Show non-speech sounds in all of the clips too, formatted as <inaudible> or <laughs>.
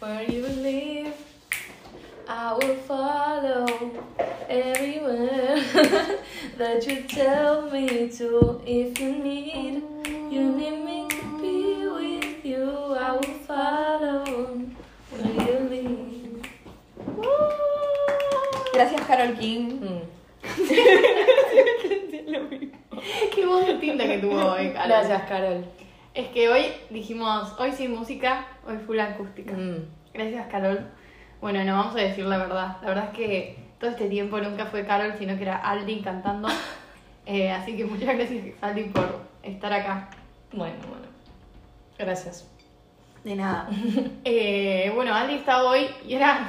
Where you live, I will follow everywhere <laughs> that you tell me to. If you need, you need me to be with you. I will follow where you live. Gracias, Carol King. Mm. Qué voz distinta que tuvo hoy, Carol. Gracias, Carol. Es que hoy dijimos, hoy sin música, hoy full acústica. Mm. Gracias, Carol. Bueno, no vamos a decir la verdad. La verdad es que todo este tiempo nunca fue Carol, sino que era Aldi cantando. Eh, así que muchas gracias, Aldi, por estar acá. Bueno, bueno. Gracias. De nada. <laughs> Eh, bueno, Aldi está hoy y era.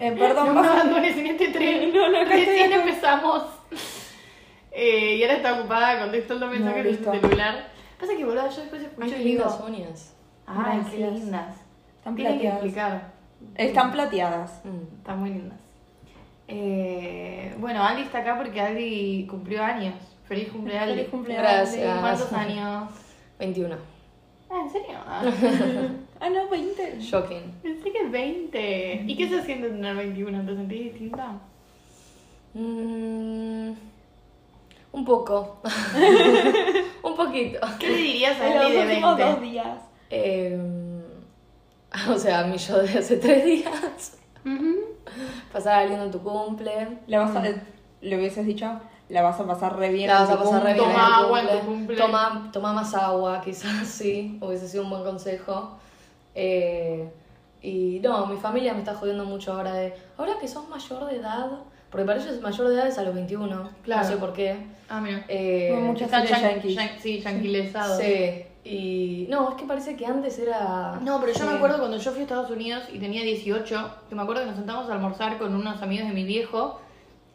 Eh, No perdón, me pasa- abandones en <laughs> este tren. No, no, acá Recién estoy. empezamos. Eh, y ahora está ocupada contestando mensajes No, en su listo. celular. Pasa que, boludo, yo después Ay, escucho qué y digo, lindas uñas. Ay, qué Gracias. lindas. Están Tienen que plateadas. explicar. Están plateadas. Mm. Están muy lindas. Eh, bueno, Aldi está acá porque Aldi cumplió años. Feliz cumpleaños. Feliz cumpleaños. Gracias. ¿Cuántos años? 21. Ah, ¿en serio? Ah, <laughs> Ah, no, 20. Shocking. Pensé que 20. ¿Y qué se siente tener 21? ¿Te sentís distinta? Mm, un poco. <laughs> un poquito. ¿Qué le dirías a En los Aldi de últimos 20? dos días. Em, <laughs> o sea, a mí yo de hace tres días. <laughs> Ujú. Pasar alguien en tu cumple. La vas a, Mm. le hubieses dicho, la vas a pasar re bien. La en vas a tu pasar re bien. punto. en Toma tu agua en tu cumple. Toma, toma más agua, quizás <laughs> sí. Hubiese sido un buen consejo. Eh, y no, mi familia me está jodiendo mucho ahora de. Ahora que sos mayor de edad. Porque para ellos mayor de edad es a los 21. Claro. No sé por qué. Ah, mira. Eh, Como muchas Están series yan- yanquis. yan- sí, yanquilesado. Sí, y. No, es que parece que antes era. No, pero yo me Sí. acuerdo cuando yo fui a Estados Unidos y tenía 18, que me acuerdo que nos sentamos a almorzar con unos amigos de mi viejo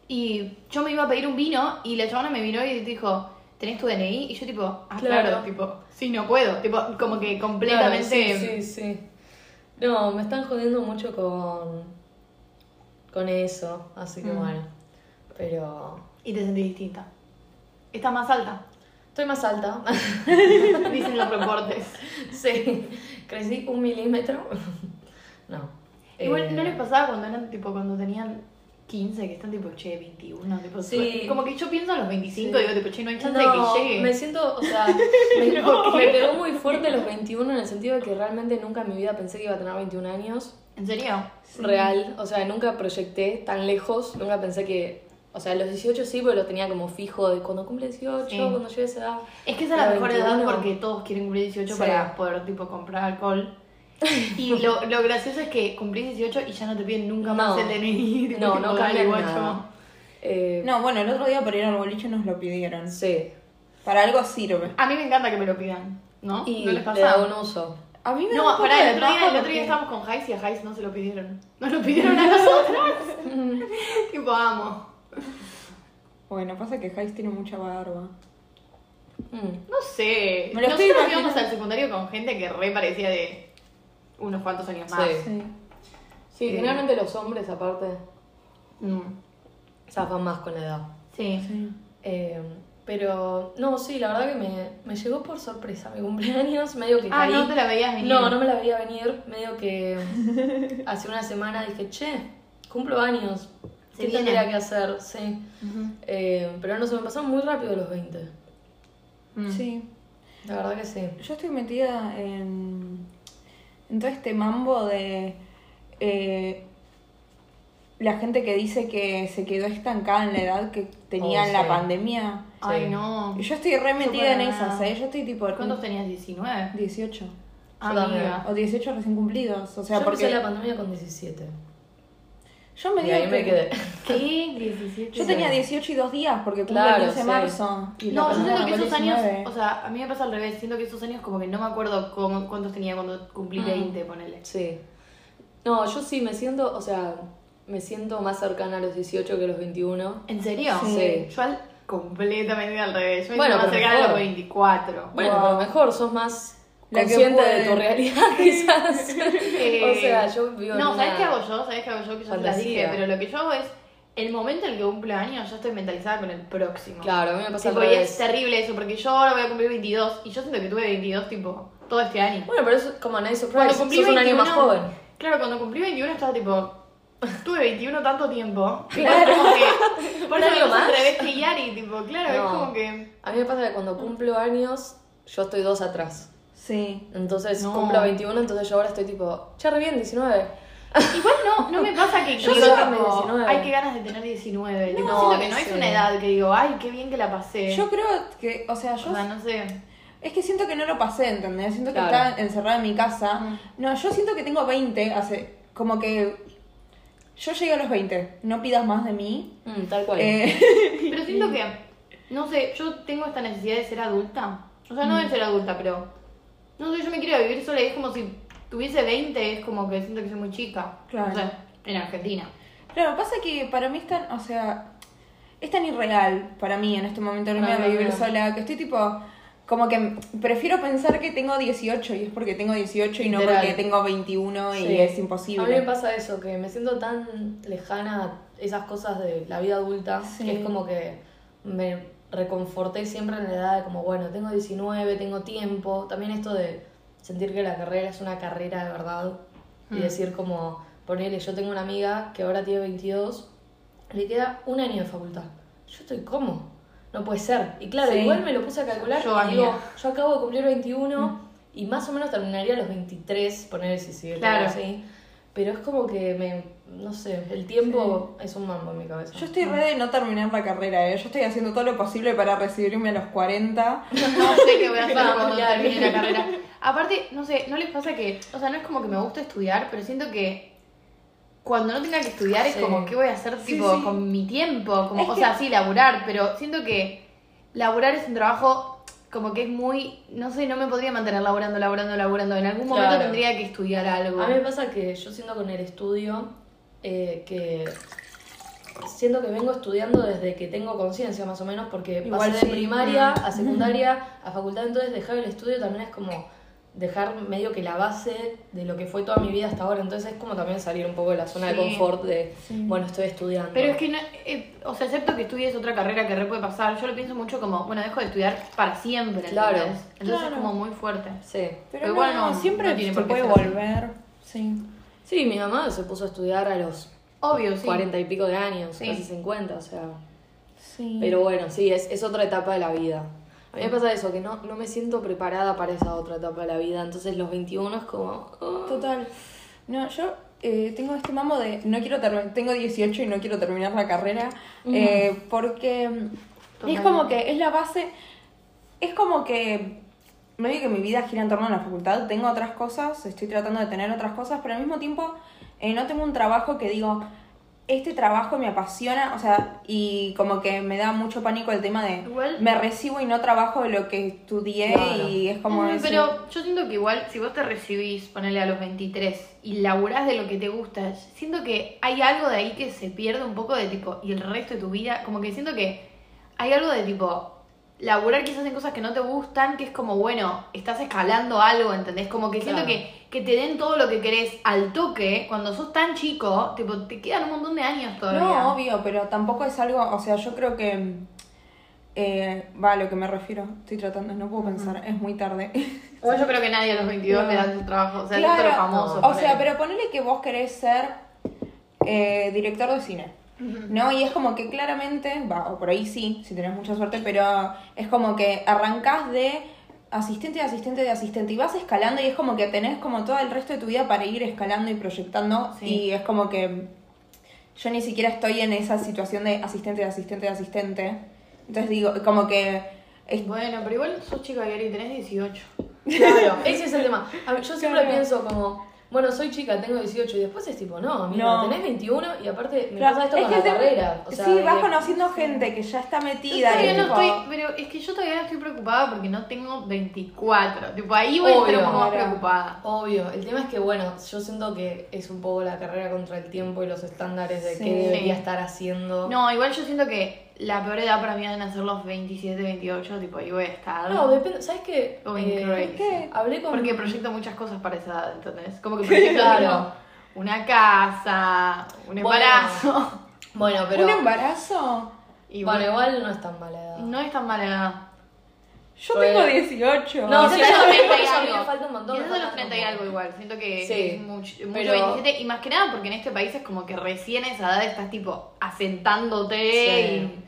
y yo me iba a pedir un vino y la chabona me miró y dijo, ¿tenés tu DNI? Y yo tipo, ah, claro, Claro. tipo, sí, no puedo, tipo, como que Claro, completamente... sí, sí, sí. No, me están jodiendo mucho con. con eso, así que Mm. bueno. Pero. Y te sentí distinta. Estás más alta, <laughs> Estoy más alta. <laughs> dicen los reportes. sí, crecí un milímetro. <laughs> no. Igual, ¿no Eh, les pasaba cuando eran, tipo, cuando tenían 15, que están tipo, che, 21, tipo, Sí. como que yo pienso a los 25 Sí. y digo, tipo, che, no hay chance No, de que llegue. me siento, o <laughs> sea, me, me pegó muy fuerte los 21 en el sentido de que realmente nunca en mi vida pensé que iba a tener 21 años. ¿En serio? real, o sea, nunca proyecté tan lejos, nunca pensé que, o sea, los 18 sí, pero lo tenía como fijo de cuando cumple 18, Sí. cuando llegue a esa edad. Es que esa es la Pero mejor edad 21. porque todos quieren cumplir 18 Sí. para poder tipo comprar <laughs> alcohol. Y lo, lo gracioso es que cumplís 18 y ya no te piden nunca más No. el DNI. <laughs> tipo, No, tipo, no dale, cambia guacho. nada. Eh, No, bueno, el otro día para ir al boliche nos lo pidieron. Sí. Para algo sirve. A mí me encanta que me lo pidan, ¿no? Y no les le da pasa. un uso. A mí me da un No, poco pará, de el otro día, trabajo el otro día porque- estábamos con Hais y a Hais no se lo pidieron. Nos lo pidieron a nosotras. <laughs> <laughs> tipo, amo. Bueno, pasa que Jais tiene mucha barba. Mm. No sé. Me lo estoy Nosotros imaginando. íbamos al secundario con gente que re parecía de unos cuantos años más. Sí. Sí. Sí, Eh. generalmente los hombres aparte Mm. zafan más con la edad. Sí. Eh, pero, no, sí, la verdad que me, me llegó por sorpresa mi cumpleaños, medio que Ah, caí. no te la veías venir. No, no me la veía venir. Medio que hace una semana dije, che, cumplo años. ¿Qué Se viene". tendría que hacer? Sí. Ujú. Eh, pero no se me pasaron muy rápido los 20. Mm. Sí. La verdad que sí. Yo estoy metida en, en todo este mambo de eh, la gente que dice que se quedó estancada en la edad que tenía Oh, en la sí. pandemia. Ay, Sí. no. Yo estoy re metida para en nada. esas, ¿eh? Yo estoy tipo... ¿Cuántos tenías? 19. 18. Amiga. O 18 recién cumplidos. O sea, yo porque... empecé la pandemia con 17. Yo me Y digo ahí me que- quedé. ¿Qué? 17. Yo tenía 18 y dos días porque cumple Claro, el 15 de sí. marzo. Y la No, yo pandemia siento que fue esos el años, 19. o sea, a mí me pasa al revés, siento que esos años como que no me acuerdo cómo- cuántos tenía cuando cumplí Mm. 20, ponele. Sí. No, yo sí me siento, o sea, me siento más cercana a los 18 que a los 21. ¿En serio? Sí. Yo al, completamente al revés, yo me Bueno, bueno, más pero cercana de los mejor. 24. Bueno, Wow. pero mejor, sos más La que consciente de tu puede. realidad, <laughs> quizás. Eh, o sea, yo vivo en No, ¿sabes una- qué hago yo? ¿Sabes qué hago yo? Que yo te las dije, fantasía. pero lo que yo hago es, el momento en el que cumple años, yo estoy mentalizada con el próximo. Claro, a mí me pasa Tipo, al y revés. es terrible eso, porque yo ahora voy a cumplir 22 y yo siento que tuve 22 tipo todo este año. Bueno, pero eso es como nadie surprise. Cuando cumplí Sos un año más 21, joven. Claro, cuando cumplí 21 estaba tipo. Tuve 21 tanto tiempo. Claro. <laughs> Como que, por eso ¿No digo me puse más? al revés que Yari, tipo, claro, No. es como que. A mí me pasa que cuando cumplo años, yo estoy dos atrás. Sí. Entonces No. cumplo 21, entonces yo ahora estoy tipo, ya re bien, 19. Igual no, no me pasa <laughs> que Yo digo, soy de tipo, 19. Ay, qué ganas de tener 19. tipo, No, siento que no es sí. una edad que digo, ay, qué bien que la eh. pasé. Yo creo que, o sea, yo o sea, no sé. Es que siento que no lo pasé, ¿entendés? Siento que Claro. estaba encerrada en mi casa. Mm. No, yo siento que tengo 20, hace como que yo llegué a los 20, no pidas más de mí. Mm, tal cual. Eh, <laughs> Pero siento que, no sé, yo tengo esta necesidad de ser adulta. O sea, no de ser adulta, pero. No sé, yo me quiero vivir sola y es como si tuviese 20, es como que siento que soy muy chica. Claro. O sea, en Argentina. claro, pasa que para mí es tan, o sea, es tan irreal para mí en este momento no me No, voy a no, vivir Ah, no. sola, que estoy tipo, como que prefiero pensar que tengo 18 y es porque tengo 18 y no Literal. porque tengo 21 Sí. y es imposible. A mí me pasa eso, que me siento tan lejana a esas cosas de la vida adulta, Sí. que es como que me reconforté siempre en la edad de como, bueno, tengo 19, tengo tiempo. También esto de sentir que la carrera es una carrera de verdad. Y decir como, ponele, yo tengo una amiga que ahora tiene 22, le queda un año de facultad. Yo estoy, ¿cómo? No puede ser. Y claro, Sí. igual me lo puse a calcular Yo, y digo, amiga. yo acabo de cumplir 21 y más o menos terminaría a los 23, poner si sigue todo Claro. así. Pero es como que me, no sé, el tiempo es un mambo en mi cabeza. Yo estoy re de no terminar la carrera, ¿eh? yo estoy haciendo todo lo posible para recibirme a los 40. No sé qué voy a hacer Vamos, cuando dale. termine la carrera. Aparte, no sé, no les pasa que, o sea, no es como que me gusta estudiar, pero siento que cuando no tenga que estudiar es Sí. como qué voy a hacer Sí, tipo sí. con mi tiempo, como, Es o que- sea, sí laburar, pero siento que laburar es un trabajo como que es muy, no sé, no me podría mantener laburando, laburando, laburando. En algún momento Claro. tendría que estudiar algo. A mí me pasa que yo siento con el estudio eh, que siento que vengo estudiando desde que tengo conciencia más o menos porque Igual pasé de sí. primaria Mm. a secundaria a facultad entonces dejar el estudio también es como dejar medio que la base de lo que fue toda mi vida hasta ahora entonces es como también salir un poco de la zona de Sí. confort de bueno estoy estudiando Pero es que, no, eh, o sea, excepto que estudies otra carrera que re puede pasar, yo lo pienso mucho como, bueno, dejo de estudiar para siempre. Claro. ¿entendés? Entonces Claro. es como muy fuerte. sí Pero Pero no, igual no, siempre no tiene se por qué puede ser así. volver. Sí. sí mi mamá se puso a estudiar a los Obvio, sí. cuarenta y pico de años Sí. casi 50 o sea Sí. Pero bueno, sí, es, es otra etapa de la vida. A mí me pasa eso, que no, no me siento preparada para esa otra etapa de la vida. Entonces los 21 es como... ah. Total. No, yo eh, tengo este mambo de no quiero terminar, tengo 18 y no quiero terminar la carrera, eh, porque mm, es Totalmente. como que es la base, es como que medio que mi vida gira en torno a la facultad, tengo otras cosas, estoy tratando de tener otras cosas, pero al mismo tiempo eh, no tengo un trabajo que digo, este trabajo me apasiona, o sea, y como que me da mucho pánico el tema de Igual- me recibo y no trabajo de lo que estudié Claro. y es como... Mm, decir- Pero yo siento que igual, si vos te recibís, ponele a los 23, y laburás de lo que te gusta, siento que hay algo de ahí que se pierde un poco de tipo, y el resto de tu vida, como que siento que hay algo de tipo, laburar quizás en cosas que no te gustan, que es como, bueno, estás escalando algo, ¿entendés? Como que siento Claro. que, que te den todo lo que querés al toque, cuando sos tan chico, tipo, te quedan un montón de años todavía. No, obvio, pero tampoco es algo, o sea, yo creo que mm, eh, va a lo que me refiero, estoy tratando, no puedo pensar, es muy tarde. Igual yo creo que nadie a los 22 le da su trabajo, o <laughs> sea, esto es lo famoso. o sea, ponele. pero ponele que vos querés ser eh, director de cine. ¿No? Y es como que claramente, va, o por ahí sí, si tenés mucha suerte, pero es como que arrancás de asistente de asistente de asistente y vas escalando y es como que tenés como todo el resto de tu vida para ir escalando y proyectando Sí. y es como que yo ni siquiera estoy en esa situación de asistente de asistente de asistente. Entonces digo, como que... es- Bueno, pero igual sos chica, Yari, tenés 18. Claro, ese es el tema. A mí- Yo siempre Claro. pienso como, bueno, soy chica, tengo 18 y después es tipo, no, amiga, No. tenés 21 y aparte me Claro, pasa esto es con que la te- carrera. O sea, eh, sí, vas de- conociendo gente que ya está Yo metida. y todavía es no tipo- estoy, pero es que yo todavía no estoy preocupada porque no tengo 24. Tipo, ahí voy a estar Obvio, un poco más ahora. preocupada. Obvio, el tema es que, bueno, yo siento que es un poco la carrera contra el tiempo y los estándares de Sí. qué debería Sí. estar haciendo. No, igual yo siento que la peor edad para mí deben hacer los 27, 28, tipo, ahí voy a estar. no depende, ¿sabes qué? Oh, Going crazy. ¿Qué? hablé con... porque proyecto muchas cosas para esa edad, ¿entendés? <laughs> Como que proyecto Claro. tipo, una casa, un Bueno. embarazo. Bueno, pero... ¿Un embarazo? Y bueno, bueno, igual no es tan mala edad. no es tan mala edad. Yo Yo tengo era- 18. No, Quizás sí, de yo los también, 30 y por eso a mí algo. me falta un montón, me Quizás de los falta un 30 y montón. algo igual. Siento que Sí, es mucho, mucho pero- 27. Y más que nada porque en este país es como que recién a esa edad estás tipo asentándote Sí. y...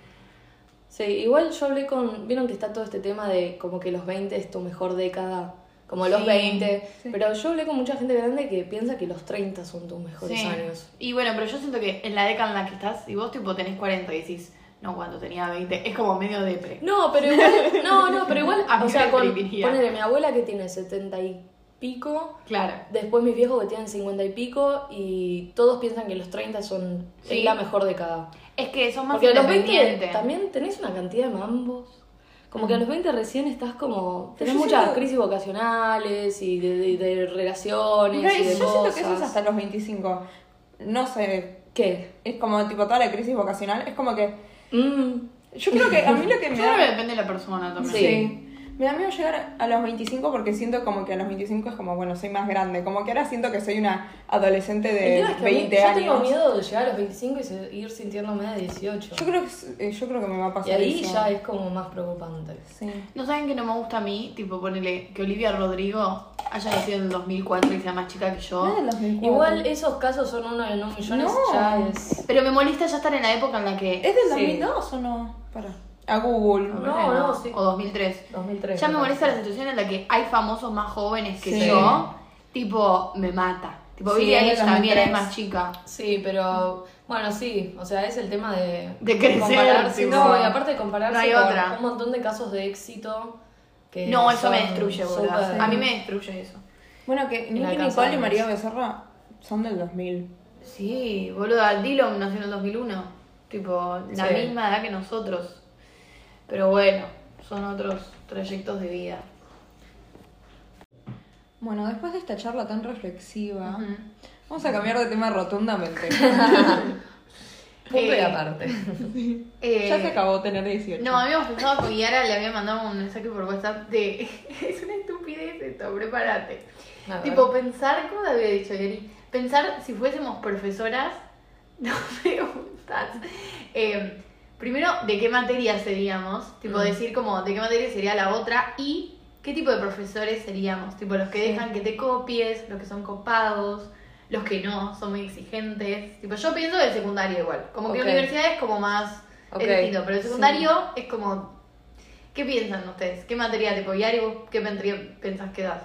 Sí, igual yo hablé con. Vieron que está todo este tema de como que los 20 es tu mejor década, como los Sí, 20. sí. Pero yo hablé con mucha gente grande que piensa que los 30 son tus mejores Sí. años. Y bueno, pero yo siento que en la década en la que estás, y vos tipo tenés 40 y decís, no, cuando tenía 20, es como medio depre. No, pero igual. No, no, pero igual. <laughs> A mí o sea, me con, deprimiría. ponele mi abuela que tiene 70 y pico. Claro. Después mis viejos que tienen 50 y pico. Y todos piensan que los 30 son es Sí. la mejor década. Es que sos más Porque a los 20 independiente. también tenés una cantidad de mambos. Como que a los 20 recién estás como. Tenés yo muchas siento- crisis vocacionales y de, de- de relaciones. Mira, y yo de siento cosas. que eso es hasta los 25. No sé. ¿Qué? Es como tipo toda la crisis vocacional. Es como que. Mm, Yo creo que a mí <laughs> lo que me Yo creo que da. depende de la persona también. Sí. Me da miedo llegar a los 25 porque siento como que a los 25 es como, bueno, soy más grande. Como que ahora siento que soy una adolescente el de tema es que a mí- 20 yo años. tengo miedo de llegar a los 25 y se- ir sintiéndome de 18. Yo creo que es- eh, yo creo que me va a Y pasar ahí eso. ya es como más preocupante. Sí. ¿No saben que no me gusta a mí? Tipo, ponerle que Olivia Rodrigo haya nacido en el 2004 y sea más chica que Ah. Nada de yo. los 24. Igual eh, esos casos son uno en un millón, eso No. ya es. Pero me molesta ya estar en la época en la que... ¿Es del Sí. 2002 o no? Para. A Google. No, No, no, sí. O 2003. 2003. Ya me molesta la situación en la que hay famosos más jóvenes que Sí. yo. Tipo, me mata. Tipo, Sí, Billie es de Eilish también es 2003. más chica. Sí, pero bueno, sí, o sea, es el tema de, De crecer, compararse, tipo. no, y aparte de No compararse hay con otra. un montón de casos de éxito que No, eso Eh, son me destruye, boludo. súper- A mí me destruye eso. Bueno, que Nicky Inalcanzables. Nicole y María Becerra son del 2000. Sí, boluda, Dylan nació en el 2001. Tipo, la Sí. misma edad que nosotros. Pero bueno, son otros trayectos de vida. Bueno, después de esta charla tan reflexiva, vamos a cambiar de <laughs> tema rotundamente. punto y Eh, <laughs> aparte. Eh, ya se acabó tener 18. No, habíamos pensado que Yara le había mandado un mensaje por WhatsApp de. <laughs> es una estupidez esto, prepárate. A ver. Tipo, pensar, ¿cómo te había dicho Yari? Pensar si fuésemos profesoras, <laughs> no preguntas. Eh, primero, ¿de qué materia seríamos? Tipo, Mm. decir como, ¿de qué materia sería la otra? Y, ¿qué tipo de profesores seríamos? Tipo, los que Sí. dejan que te copies, los que son copados, los que no, son muy exigentes. Tipo, yo pienso del secundario igual. Como que Ok. universidad es como más... es Ok. distinto, pero el secundario es como... ¿Qué piensan ustedes? ¿Qué materia tipo Yari vos qué materia pensás que das?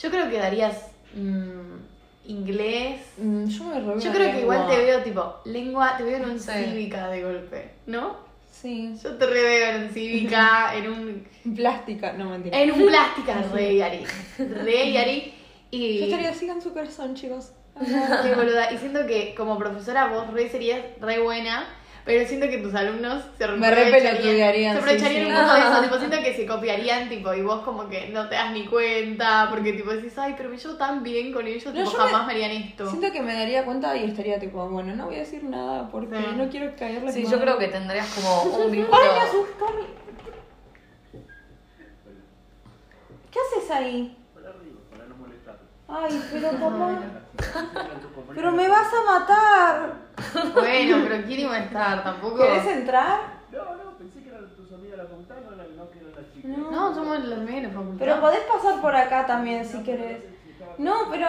Yo creo que darías mm, inglés. Mm, yo me re Yo veo creo lengua. que igual te veo tipo lengua, te veo en un Sí. cívica de golpe, ¿no? Sí. Yo te reveo en un cívica, en un Plástica, no mentira. en <laughs> un plástica re Yari, re Yari y Yo estaría sigan su corazón, chicos. <laughs> Qué boluda. Y siento que como profesora vos re serías re buena, pero siento que tus alumnos se Me re pelotudearían, Se aprovecharían sí, sí. un poco de eso. Tipo, siento que se copiarían, tipo, y vos como que no te das ni cuenta, porque tipo decís, ay, pero me llevo tan bien con ellos, No, tipo, yo jamás me- me... harían esto. Siento que me daría cuenta y estaría tipo, bueno, no voy a decir nada porque Sí. no quiero caerle Sí, mal. yo creo que tendrías <laughs> como un vínculo. ¡Ay, me asustó! ¿Qué haces ahí? Ay, pero cómo... Pero me vas a matar. Bueno, <laughs> pero ¿quién iba a estar? Tampoco. ¿Querés entrar? No, no, pensé que eran tus amigas de la facultad, no, la- no que eran las chicas. No. No, somos los medios de la facultad. Pero podés pasar por acá también si querés. No, pero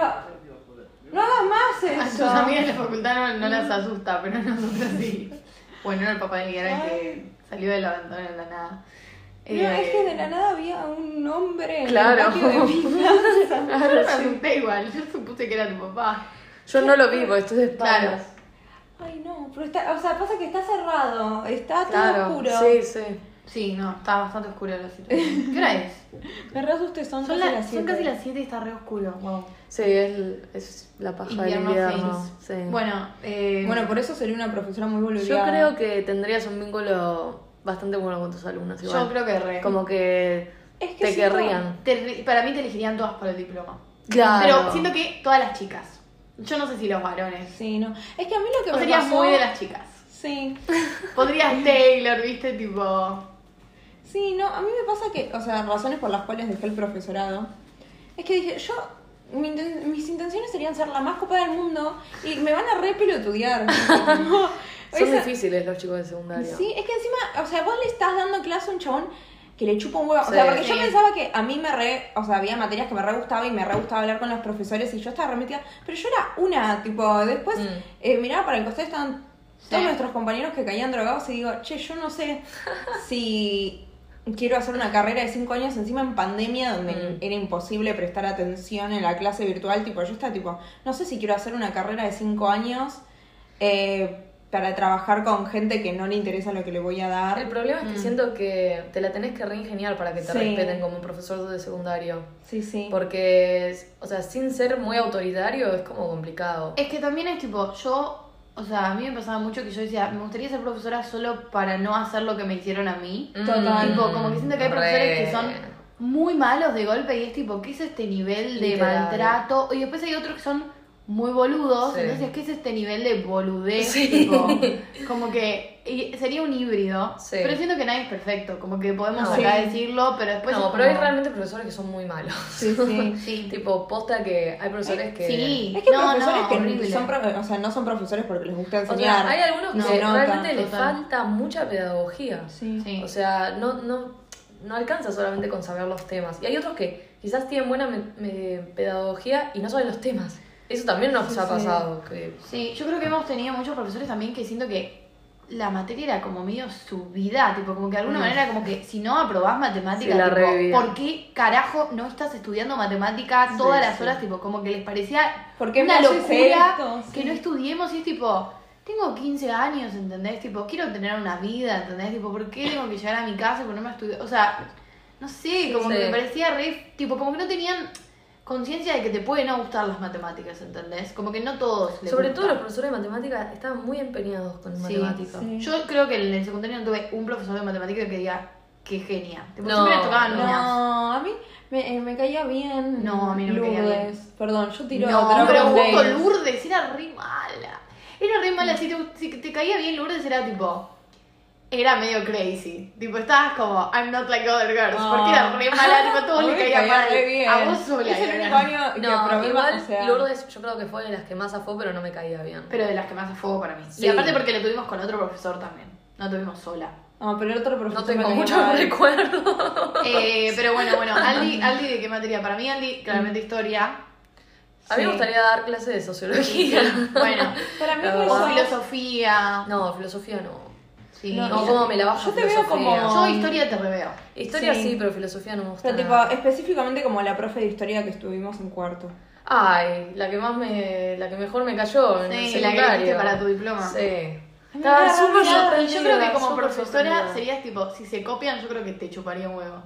no hagas más A tus eso. amigas de la facultad no, no las asusta, pero a nosotros <laughs> sí. Bueno, era el papá de Guillermo que Ay. salió del abandono de la nada. No, Eh, es que de la nada había un hombre en Claro. el <laughs> patio de mi casa. Yo me asusté igual, yo supuse que era tu papá. Yo no lo vivo, esto es de Claro. espaldas. Ay, no, pero está, o sea, pasa que está cerrado, Ah, está todo oscuro. Sí, sí. Sí, no, está bastante oscuro la situación. <laughs> ¿Qué hora es? Me re asusté, son, Son, casi la- las son siete. casi las 7 y está re oscuro. Wow. Sí, es, el- es la paja del Invierno invierno. Face. Sí. Bueno, eh, Bueno, por eso sería una profesora muy yo boludeada. creo que tendrías un vínculo bastante bueno con tus alumnos. yo Igual. creo que re. Como que, Es que te siento- querrían. Te- para mí te elegirían todas para el diploma. Claro. Pero siento que todas las chicas. Yo no sé si los varones. Sí, no. Es que a mí lo que O me serías pasó- muy de las chicas. Sí. <laughs> Podrías Taylor, viste, tipo. Sí, no, a mí me pasa que, o sea, razones por las cuales dejé el profesorado, es que dije, yo, mi inten- mis intenciones serían ser la más copa del mundo y me van a re pelotudear. <laughs> No, <laughs> Son esa- difíciles los chicos de secundario. Sí, es que encima, o sea, vos le estás dando clase a un chabón que le chupa un huevo. o Sí. sea, porque yo Sí. pensaba que a mí me re. O sea, había materias que me re gustaba y me re gustaba hablar con los profesores y yo estaba remetida. Pero yo era una, tipo, pues, después Mm. eh, miraba para el costado y estaban Sí. todos nuestros compañeros que caían drogados y digo, che, yo no sé <laughs> si quiero hacer una carrera de cinco años encima en pandemia donde Mm. era imposible prestar atención en la clase virtual. Tipo, yo estaba tipo, no sé si quiero hacer una carrera de cinco años. eh, para trabajar con gente que no le interesa lo que le voy a dar. El problema es que Mm. siento que te la tenés que reingeniar para que te Sí. respeten como un profesor de secundario. Sí, sí. Porque, o sea, sin ser muy autoritario es como complicado. Es que también es tipo, yo, o sea, a mí me pasaba mucho que yo decía, me gustaría ser profesora solo para no hacer lo que me hicieron a mí. total. Tipo, como que siento que hay Mm. re. profesores que son muy malos de golpe y es tipo, ¿qué es este nivel de Literal. maltrato? Y después hay otros que son muy boludos, Sí. entonces, ¿qué es este nivel de boludez? Sí. Tipo, como que y sería un híbrido, Sí. pero siento que nadie es perfecto, como que podemos No. acá Sí. decirlo, pero después... no, es pero hay pues, como- realmente profesores que son muy malos. Sí, <laughs> sí. Sí. <laughs> Eh, tipo, posta que hay profesores que. Sí. Es que hay No, profesores no, que horrible. son, profe- o sea, no son profesores porque les gusta O enseñar. sea, hay algunos No, que nota, realmente les total. falta mucha pedagogía. Sí. Sí. O sea, no, no, no alcanza solamente con saber los temas. Y hay otros que quizás tienen buena me- me- pedagogía y no saben los temas. Eso también nos Sí, ha sí. pasado. Que... Sí, yo creo que hemos tenido muchos profesores también que siento que la materia era como medio su vida, tipo, como que de alguna Mm. manera como que si no aprobás matemáticas, Sí, la tipo, revivían. ¿por qué carajo no estás estudiando matemática Sí, todas las sí. horas? Tipo, como que les parecía ¿Por qué una me haces locura esto? que Sí. no estudiemos y es tipo, tengo 15 años, ¿entendés? Tipo, quiero tener una vida, ¿entendés? Tipo, ¿por qué tengo que llegar a mi casa y ponerme a estudiar? O sea, no sé, como sí. que me parecía re, tipo, como que no tenían conciencia de que te pueden no gustar las matemáticas, ¿entendés? Como que no todos les Sobre gusta. todo los profesores de matemáticas estaban muy empeñados con Sí, matemáticas. sí. Yo creo que en el secundario no tuve un profesor de matemáticas que diga qué genia. Tipo, No, siempre me tocaban unas. No, a mí me, eh, me caía bien. No, a mí no me caía Lourdes. Perdón, yo tiro No, Dragon pero justo Ball. Lourdes era re mala. Era re Mm. mala. Si te, si te caía bien Lourdes era tipo. Era medio crazy. Tipo, estabas como, I'm not like other girls. No. Porque era re mala, tipo, a <laughs> todos A mí le me caía mal. Ah. re bien. A vos sola. Es el era. único año que No, aprobé, igual o sea, Lourdes yo creo que fue de las que más afó, pero no me caía bien. Pero de las que más a fuego para mí. Sí. Y aparte porque lo tuvimos con otro profesor también. No tuvimos sola. No, pero el otro profesor no me tengo caía muchos mal. recuerdos. Eh, <laughs> pero bueno, bueno, Aldi, Aldi, ¿de qué materia? Para mí, Aldi, claramente historia. Eh, A mí me Sí. gustaría dar clases de sociología. <laughs> Bueno, Para mí La fue verdad. o eso. filosofía. <laughs> No, filosofía no. Sí. No, No, Mira, ¿cómo me la bajo yo te veo como- filosofía? Yo historia te reveo. Historia Sí. sí. pero filosofía no me gusta. Pero tipo, nada. específicamente como la profe de historia que estuvimos en cuarto. Ay, la que más me. la que mejor me cayó en el Sí, la que secundario. elegiste para tu diploma. Sí. me Estaba da súper rabia. sorprendida. Y yo creo que como súper profesora sorprendida. serías tipo, si se copian, yo creo que te chuparía un huevo.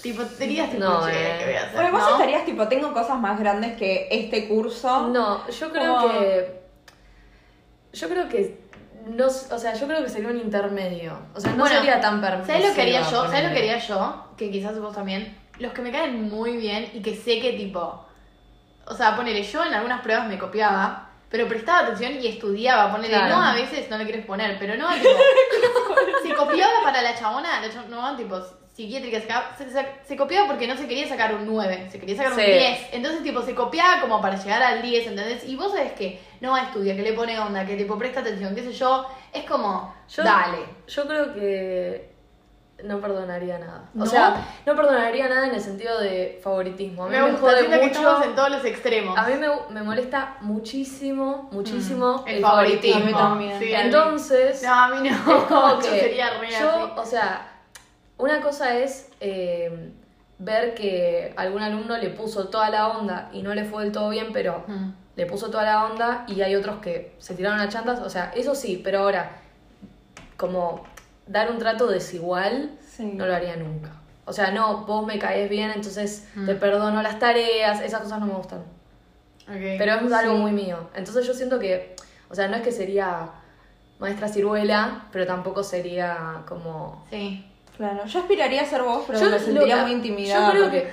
Tipo, serías tipo, No, che, eh. ¿qué voy a hacer? Bueno, vos ¿No? estarías tipo, tengo cosas más grandes que este curso. No, yo creo Como- que. Yo creo que. No, s- o sea, yo creo que sería un intermedio. O sea, no Bueno, sería tan permisiva. ¿Sabes lo que haría yo? ¿Sabes lo ponele. que haría yo? Que quizás vos también. Los que me caen muy bien y que sé que tipo. O sea, ponele, yo en algunas pruebas me copiaba, pero prestaba atención y estudiaba. Ponele, Claro. no a veces no le quieres poner, pero no <laughs> tipo. se copiaba para la chabona, la chabona, no, tipo, psiquiátrica, se, ca- se- se- se copiaba porque no se quería sacar un 9, se quería sacar un Sí. 10. Entonces, tipo, se copiaba como para llegar al 10, ¿entendés? Y vos sabés que no estudia, que le pone onda, que tipo presta atención, qué sé yo. Es como, Yo- dale. Yo creo que. No perdonaría nada. ¿No? O sea, no perdonaría nada en el sentido de favoritismo. A mí Me me, gusta, jode siento que mucho- estamos en todos los extremos. A mí me, me molesta muchísimo, muchísimo Mm. el favoritismo. A mí también. Sí, Entonces, No, a mí no. es como que Yo sería re yo, así. o sea, una cosa es eh, ver que algún alumno le puso toda la onda y no le fue del todo bien, pero Mm. le puso toda la onda y hay otros que se tiraron a chantas, o sea, eso sí, pero ahora, como dar un trato desigual, Sí. no lo haría nunca. O sea, no, vos me caes bien, entonces Mm. te perdono las tareas, esas cosas no me gustan. Ok. Pero es algo Sí. muy mío. Entonces yo siento que, o sea, no es que sería maestra ciruela, pero tampoco sería como... Sí. Claro, yo aspiraría a ser vos, pero Yo me sentiría lo- muy intimidada. yo creo porque que-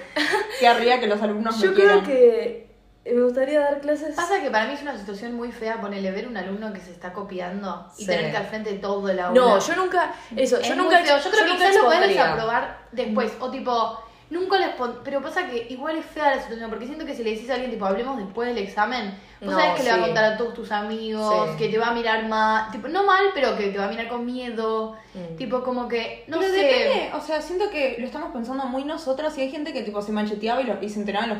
qué haría que <laughs> los alumnos me yo creo quieran. que me gustaría dar clases... Pasa que para mí es una situación muy fea ponerle ver un alumno que se está copiando y Sí. tenerte al frente todo el aula. No, yo nunca... Eso, Es yo muy nunca... feo. Yo creo que nunca quizás lo podés expondría. desaprobar después. O tipo, Nunca les pon- Pero pasa que igual es fea la situación, porque siento que si le decís a alguien, tipo, hablemos después del examen, vos No, sabés que le va sí. a contar a todos tus amigos, Sí. que te va a mirar mal, tipo, no mal, pero que te va a mirar con miedo, Mm. tipo, como que, no No Pero sé. depende, o sea, siento que lo estamos pensando muy nosotras y hay gente que tipo se mancheteaba y, lo- y se enteraban los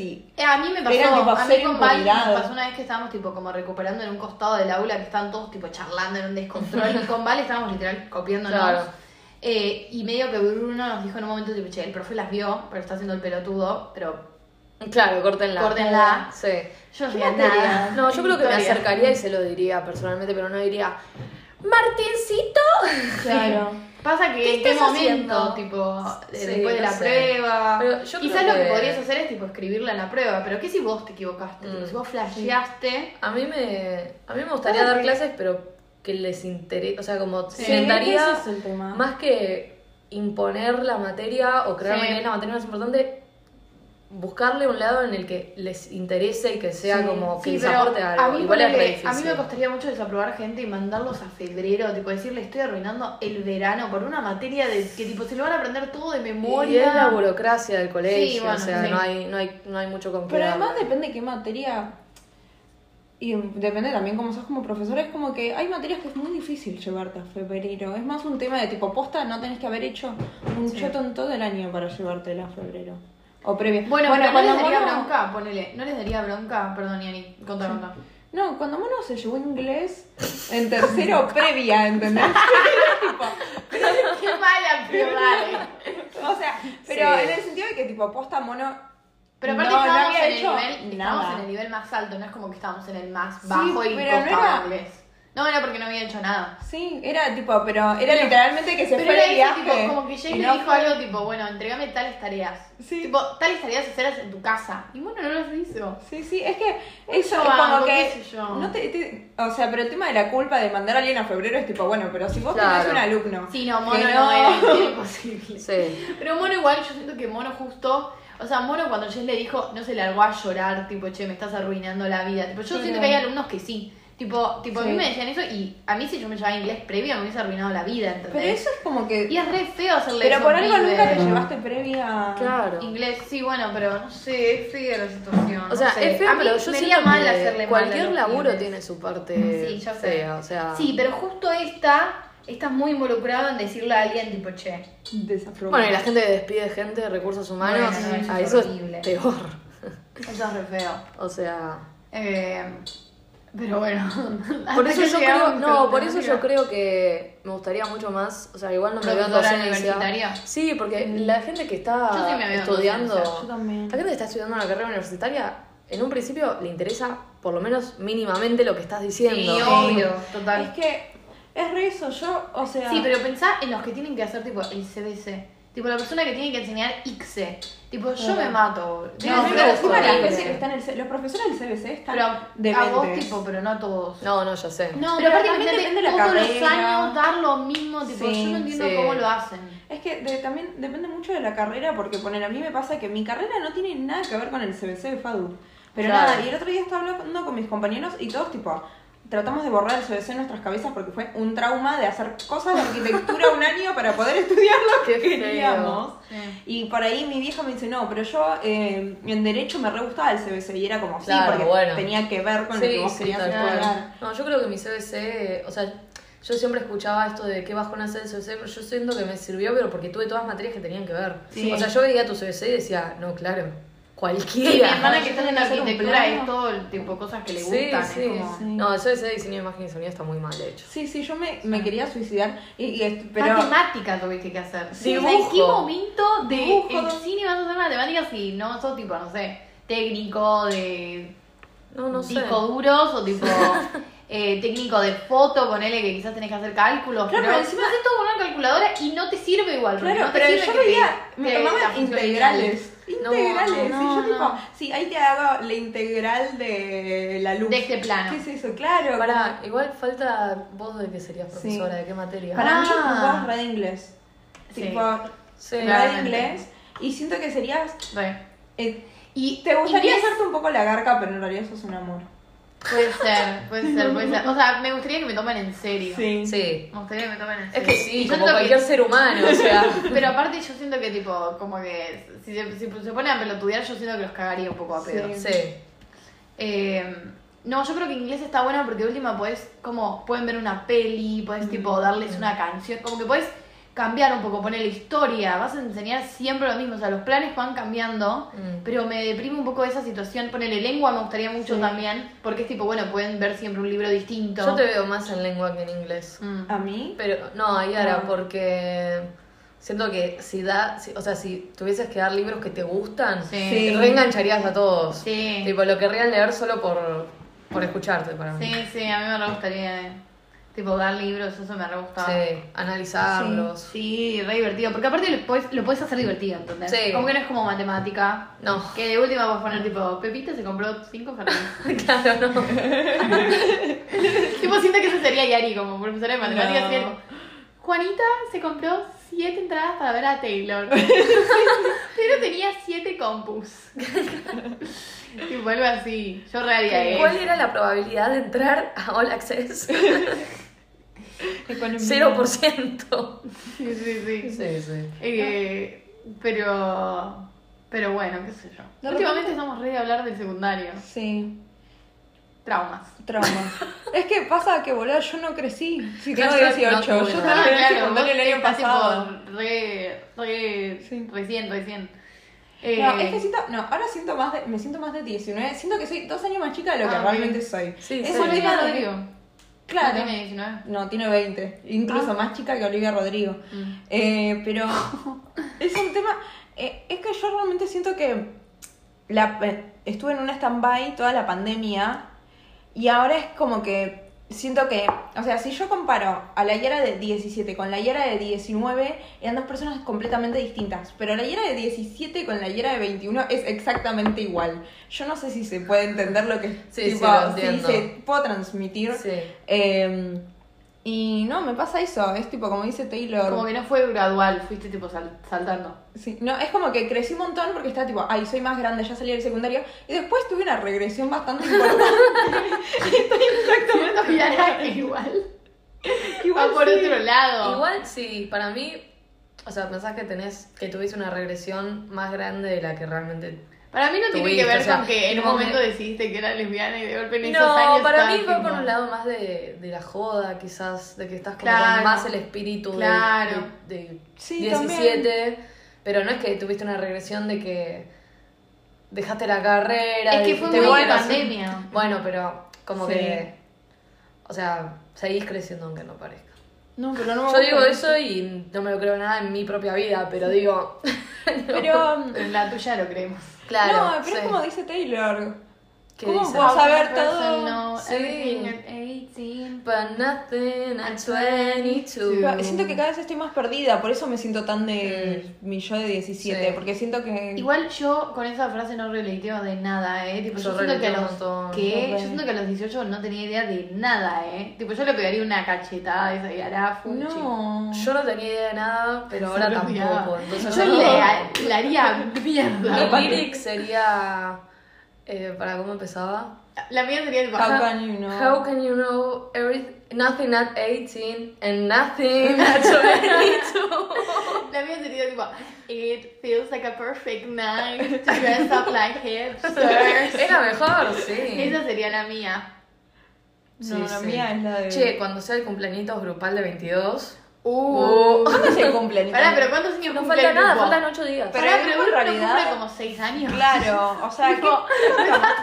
<laughs> y Eh, a mí me pasó, Era tipo a mí cero con Valen impunidad. nos pasó una vez que estábamos tipo como recuperando en un costado del aula que estaban todos tipo charlando en un descontrol y con Val estábamos literal copiándonos. Claro. Eh, y medio que Bruno nos dijo en un momento tipo, che, el profe las vio, pero está haciendo el pelotudo, pero Claro, córtenla. Córtenla. Sí. yo no ¿Qué sabía materia? nada. No, yo creo que me Historia. acercaría y se lo diría personalmente, pero no diría, Martincito. claro. Pasa que ¿Qué en este estás momento, haciendo? tipo, de- Sí, después de no la sé. prueba. Pero yo Quizás creo lo que que- podrías hacer es tipo escribirla en la prueba, pero ¿qué si vos te equivocaste? Tipo, Mm. si vos flasheaste. A mí me, a mí me gustaría dar clases, pero que les interese, o sea, como Sí. me Ese daría es el tema. más que imponer la materia o creerme Sí. que es la materia más importante, buscarle un lado en el que les interese y que sea Sí. como que Sí, les pero aporte algo. A mí, Igual es ponele, re a mí difícil. me costaría mucho desaprobar gente y mandarlos a febrero, tipo decirle estoy arruinando el verano por una materia de que tipo se lo van a aprender todo de Y es la memoria. burocracia del colegio, bueno, o sea, sí. no, hay, no, hay, no hay mucho con qué Pero dar. además depende qué materia. Y depende también cómo sos como profesor. Es como que hay materias que es muy difícil llevarte a febrero. Es más un tema de tipo posta, no tenés que haber hecho un choto en todo el año para llevártela a febrero. O previo. bueno, pero no les daría Mono- bronca, ponele, no les daría bronca, perdón, Yani, contá, contá. No, cuando Mono se llevó inglés <laughs> en tercero previa, ¿entendés? Era tipo, <laughs> Qué mala, pero dale. o sea, pero Sí. en el sentido de que tipo posta Mono. Pero aparte no, no estábamos, había en el hecho nivel, estábamos nada. en el nivel más alto, no es como que estábamos en el más Sí, bajo y pero no costaba era- inglés. No, era porque no había hecho nada. Sí, era tipo, pero era literalmente que se Pero fue era de ese viaje. tipo, como que Jake y le no dijo fue. algo tipo, bueno, entregame tales tareas. Sí. Tipo, tales tareas hacerlas en tu casa. Y bueno, no las hizo. Sí, sí, es que eso es banco, como qué que. sé yo. No te, te- o sea, pero el tema de la culpa de mandar a alguien a febrero es tipo, bueno, pero si vos Claro. tenés un alumno. Sí, no, que mono no, era imposible. Sí. Pero mono igual, yo siento que mono justo. O sea, mono cuando Jess le dijo, no se largó a llorar, tipo, che, me estás arruinando la vida. Tipo, yo Sí, siento no. que hay alumnos que sí. Tipo, tipo a mí Sí. me decían eso y a mí si yo me llevaba inglés previo me hubiese arruinado la vida, ¿entendés? Pero eso es como Y que. es re feo hacerle Pero eso por a un algo pibe. nunca te llevaste previa. Claro. Inglés, sí, bueno, pero no sé, es fea la situación. O sea, no sé. es feo, A mí pero yo siento me haría mal que hacerle mal a cualquier los laburo pibes. tiene su parte Sí, yo sé. fea, o sea... Sí, pero justo esta, está muy involucrada en decirle a alguien tipo, che, Desaprobado. Bueno, y la gente que despide gente de recursos humanos, Bueno, no, eso a es eso horrible. es peor. eso es re feo. O sea, Eh, pero bueno. <laughs> por Hasta eso yo que creo, Ah, llegamos, este no, pero por tenemos eso que yo ir. creo que me gustaría mucho más, o sea, igual no me veo en Profesora docencia. universitaria. Mm. Sí, porque la gente que está Yo sí me veo en estudiando, docencia, yo también. la gente que está estudiando una carrera universitaria, en un principio le interesa por lo menos mínimamente lo que estás diciendo. Sí, obvio, Es total. que. Es re eso, yo, o sea. Sí, pero pensá en los que tienen que hacer tipo el CBC. Tipo la persona que tiene que enseñar ICSE. E. Tipo, yo me mato. No, Debe ser pero algo encima la horrible. gente que está en el, C- los profesores del CBC están Pero a vos dementes. tipo, pero no a todos. No, no, ya sé. No, Pero pero, aparte también imagínate depende de la todos los carrera. años dar lo mismo, tipo, Sí, yo no entiendo sí. cómo lo hacen. Es que de- también depende mucho de la carrera, porque poner a mí me pasa que mi carrera no tiene nada que ver con el CBC de FADU. Pero Claro. nada, y el otro día estaba hablando con mis compañeros y todos tipo, tratamos de borrar el CBC en nuestras cabezas porque fue un trauma de hacer cosas de arquitectura un año para poder estudiar lo que Qué feo. queríamos. Sí. Y por ahí mi vieja me dice, no, pero yo eh, en derecho me re gustaba el CBC y era como, sí, Claro, porque bueno. tenía que ver con lo que Sí, vos sí, querías tal estudiar. cual. No, yo creo que mi CBC, eh, o sea, yo siempre escuchaba esto de qué bajón hacer el CBC, pero yo siento que me sirvió, pero porque tuve todas materias que tenían que ver. Sí. O sea, yo veía tu CBC y decía, no, claro, Sí, mi cualquiera. hermana que yo está tengo en que hacer un arquitectura plano. es todo el tipo cosas que le Sí, gustan. sí, es como... sí. No, el CBC de diseño de imagen y sonido está muy mal, de hecho. Sí, sí, yo me, me quería suicidar, y, y est- pero... Matemática tuviste que hacer. Sí, O sea, ¿En qué dibujo. momento de Dibujo. el cine vas a hacer matemáticas si no sos tipo, no sé, técnico de No, no sé. disco duros o tipo eh, técnico de foto, ponele que quizás tenés que hacer cálculos? Claro, Ah, pero pero encima- haces todo con una calculadora y no te sirve igual. porque Claro, no te pero sirve yo que te- veía, me te- la tomaban función integral. integrales. No, Integrales. no, y yo no. tipo, sí, ahí te hago la integral de la luz. De este plano. ¿Qué es eso? Claro. Pará, igual falta vos de que serías profesora, Sí. de qué materia. Para Ah. mí ocupas red inglés. Sí. Tipo, Sí. red claramente. inglés. Y siento que serías. Re. eh, Y te gustaría inglés- hacerte un poco la garca, pero en realidad sos un amor. Puede ser, puede ser, puede ser. O sea, me gustaría que me tomen en serio. Sí. Sí. Me gustaría que me tomen en Es serio. que Y sí, yo como siento que- cualquier ser humano, o sea. <laughs> Pero aparte yo siento que tipo, como que si se, si se ponen a pelotudear yo siento que los cagaría un poco a pedo. Sí. Sí. Eh, no, yo creo que inglés está bueno porque de última podés, como, pueden ver una peli, podés Mm, tipo darles una canción, como que podés cambiar un poco, poner historia, vas a enseñar siempre lo mismo, o sea, los planes van cambiando, Mm. pero me deprime un poco esa situación, ponerle lengua me gustaría mucho Sí. también, porque es tipo, bueno, pueden ver siempre un libro distinto. Yo te Ah, veo más en lengua que en inglés. Mm. ¿A mí? Pero no, Ayara, Ah. porque siento que si da, si- o sea, si tuvieses que dar libros que te gustan, Sí. te reengancharías a todos. Sí. Tipo, lo querrían leer solo por, por escucharte, para mí. Sí, sí, a mí me re gustaría, eh, tipo, dar libros, eso me re gustaba. Sí, analizarlos. Sí, re divertido. Porque aparte lo puedes, lo podés hacer divertido, ¿entendés? Sí. Como que no es como matemática. No, Que de última vas a poner tipo, Pepita se compró cinco jardines. <laughs> claro, no. <laughs> tipo, siento que eso sería Yari como profesora de matemáticas. No. sería como, Juanita se compró siete entradas para ver a Taylor. Pero tenía siete compus. <laughs> tipo algo así. Yo eh. re haría eso. ¿Cuál era la probabilidad de entrar a All <laughs> Access? 0%. Sí, sí, sí. Sí, sí. Eh, pero. Pero bueno, qué sé yo. De Últimamente repente- estamos re de hablar del secundario. Sí. Traumas. Trauma. es que pasa que, boludo, yo no crecí. Si tengo Hashtag 18. not cool. yo Ah, estaba en el vos secundario el año estás, tipo, pasado. Re, re, Sí. Recién, recién. No, Eh, es que siento, no, ahora siento más de, me siento más de 19. Siento que soy dos años más chica de lo que Ah, ok. realmente soy. Sí, es sí. un Olivia tema de- Rodrigo. Claro. No tiene 19. No, tiene 20. Incluso más chica que Olivia Rodrigo. Mm. Eh, pero <laughs> es un tema. eh, es que yo realmente siento que la, eh, estuve en un stand-by toda la pandemia. Y ahora es como que siento que. O sea, si yo comparo a la Yara de 17 con la Yara de 19, eran dos personas completamente distintas. Pero la Yara de 17 con la Yara de 21 es exactamente igual. Yo no sé si se puede entender lo que. Sí, sí, lo entiendo. Si se puede transmitir. Sí. Eh, y no, me pasa eso, es tipo como dice Taylor. Como que no fue gradual, fuiste tipo sal- saltando. <laughs> Sí, no, es como que crecí un montón porque estaba tipo, ay, soy más grande, ya salí del secundario. Y después tuve una regresión bastante importante. <laughs> Siento que ya era igual. Va Igual Ah, por sí. otro lado. Igual sí, para mí, o sea, pensás que tenés, que tuviste una regresión más grande de la que realmente. Para mí no tiene Tuviste, que ver o sea, con que en un como momento que- decidiste que era lesbiana y de golpe en esos años. No, para estabas mí va tipo- por un lado más de, de la joda, quizás, de que estás como Claro. con más el espíritu de- Claro. de, de Sí, 17, pero no es que tuviste una regresión de que dejaste la carrera. Es que dijiste, fue muy de bueno, sí". pandemia. Bueno, pero como Sí. que, o sea, seguís creciendo aunque no parezca. No, pero no me Yo gusta. digo eso y no me lo creo nada en mi propia vida, pero <laughs> digo, Pero. um, En la tuya lo creemos. claro. no, pero sí. es como dice Taylor. ¿Qué ¿cómo dice? puedo Vas a ver Person, todo. no, Sí. everything at 18. But nothing at 22. Pero Siento que cada vez estoy más perdida, por eso me siento tan de mi yo de 17, Sí. porque siento que. Igual yo con esa frase no relateo de nada, ¿eh? Tipo, yo, Yo siento que relateo a un los, montón. ¿qué? Yo Yo siento que a los 18 no tenía idea de nada, ¿eh? Tipo, yo le pegaría una cachetada a esa y hará No. Yo no tenía idea de nada, pero ahora Solo tampoco. miraba. Entonces, Yo no. <laughs> le, le haría mierda. Mi lyric sería. eh, ¿Para cómo empezaba? La mía sería tipo, How ajá, can you know? How can you know everything, nothing at 18 and nothing at 22? <laughs> la mía sería tipo, it feels like a perfect night to dress up like hipsters. Era mejor, sí. Esa sería la mía. No, Sí, la sí. mía es la de. Che, cuando sea el cumpleañitos grupal de 22. Uh, ¿Cuándo se cumplen? Pará, pero ¿cuántos años No cumple falta el nada, grupo? faltan 8 días. Pero Pará, el pero grupo en uno no realidad- cumple como 6 años. Claro, o sea, que.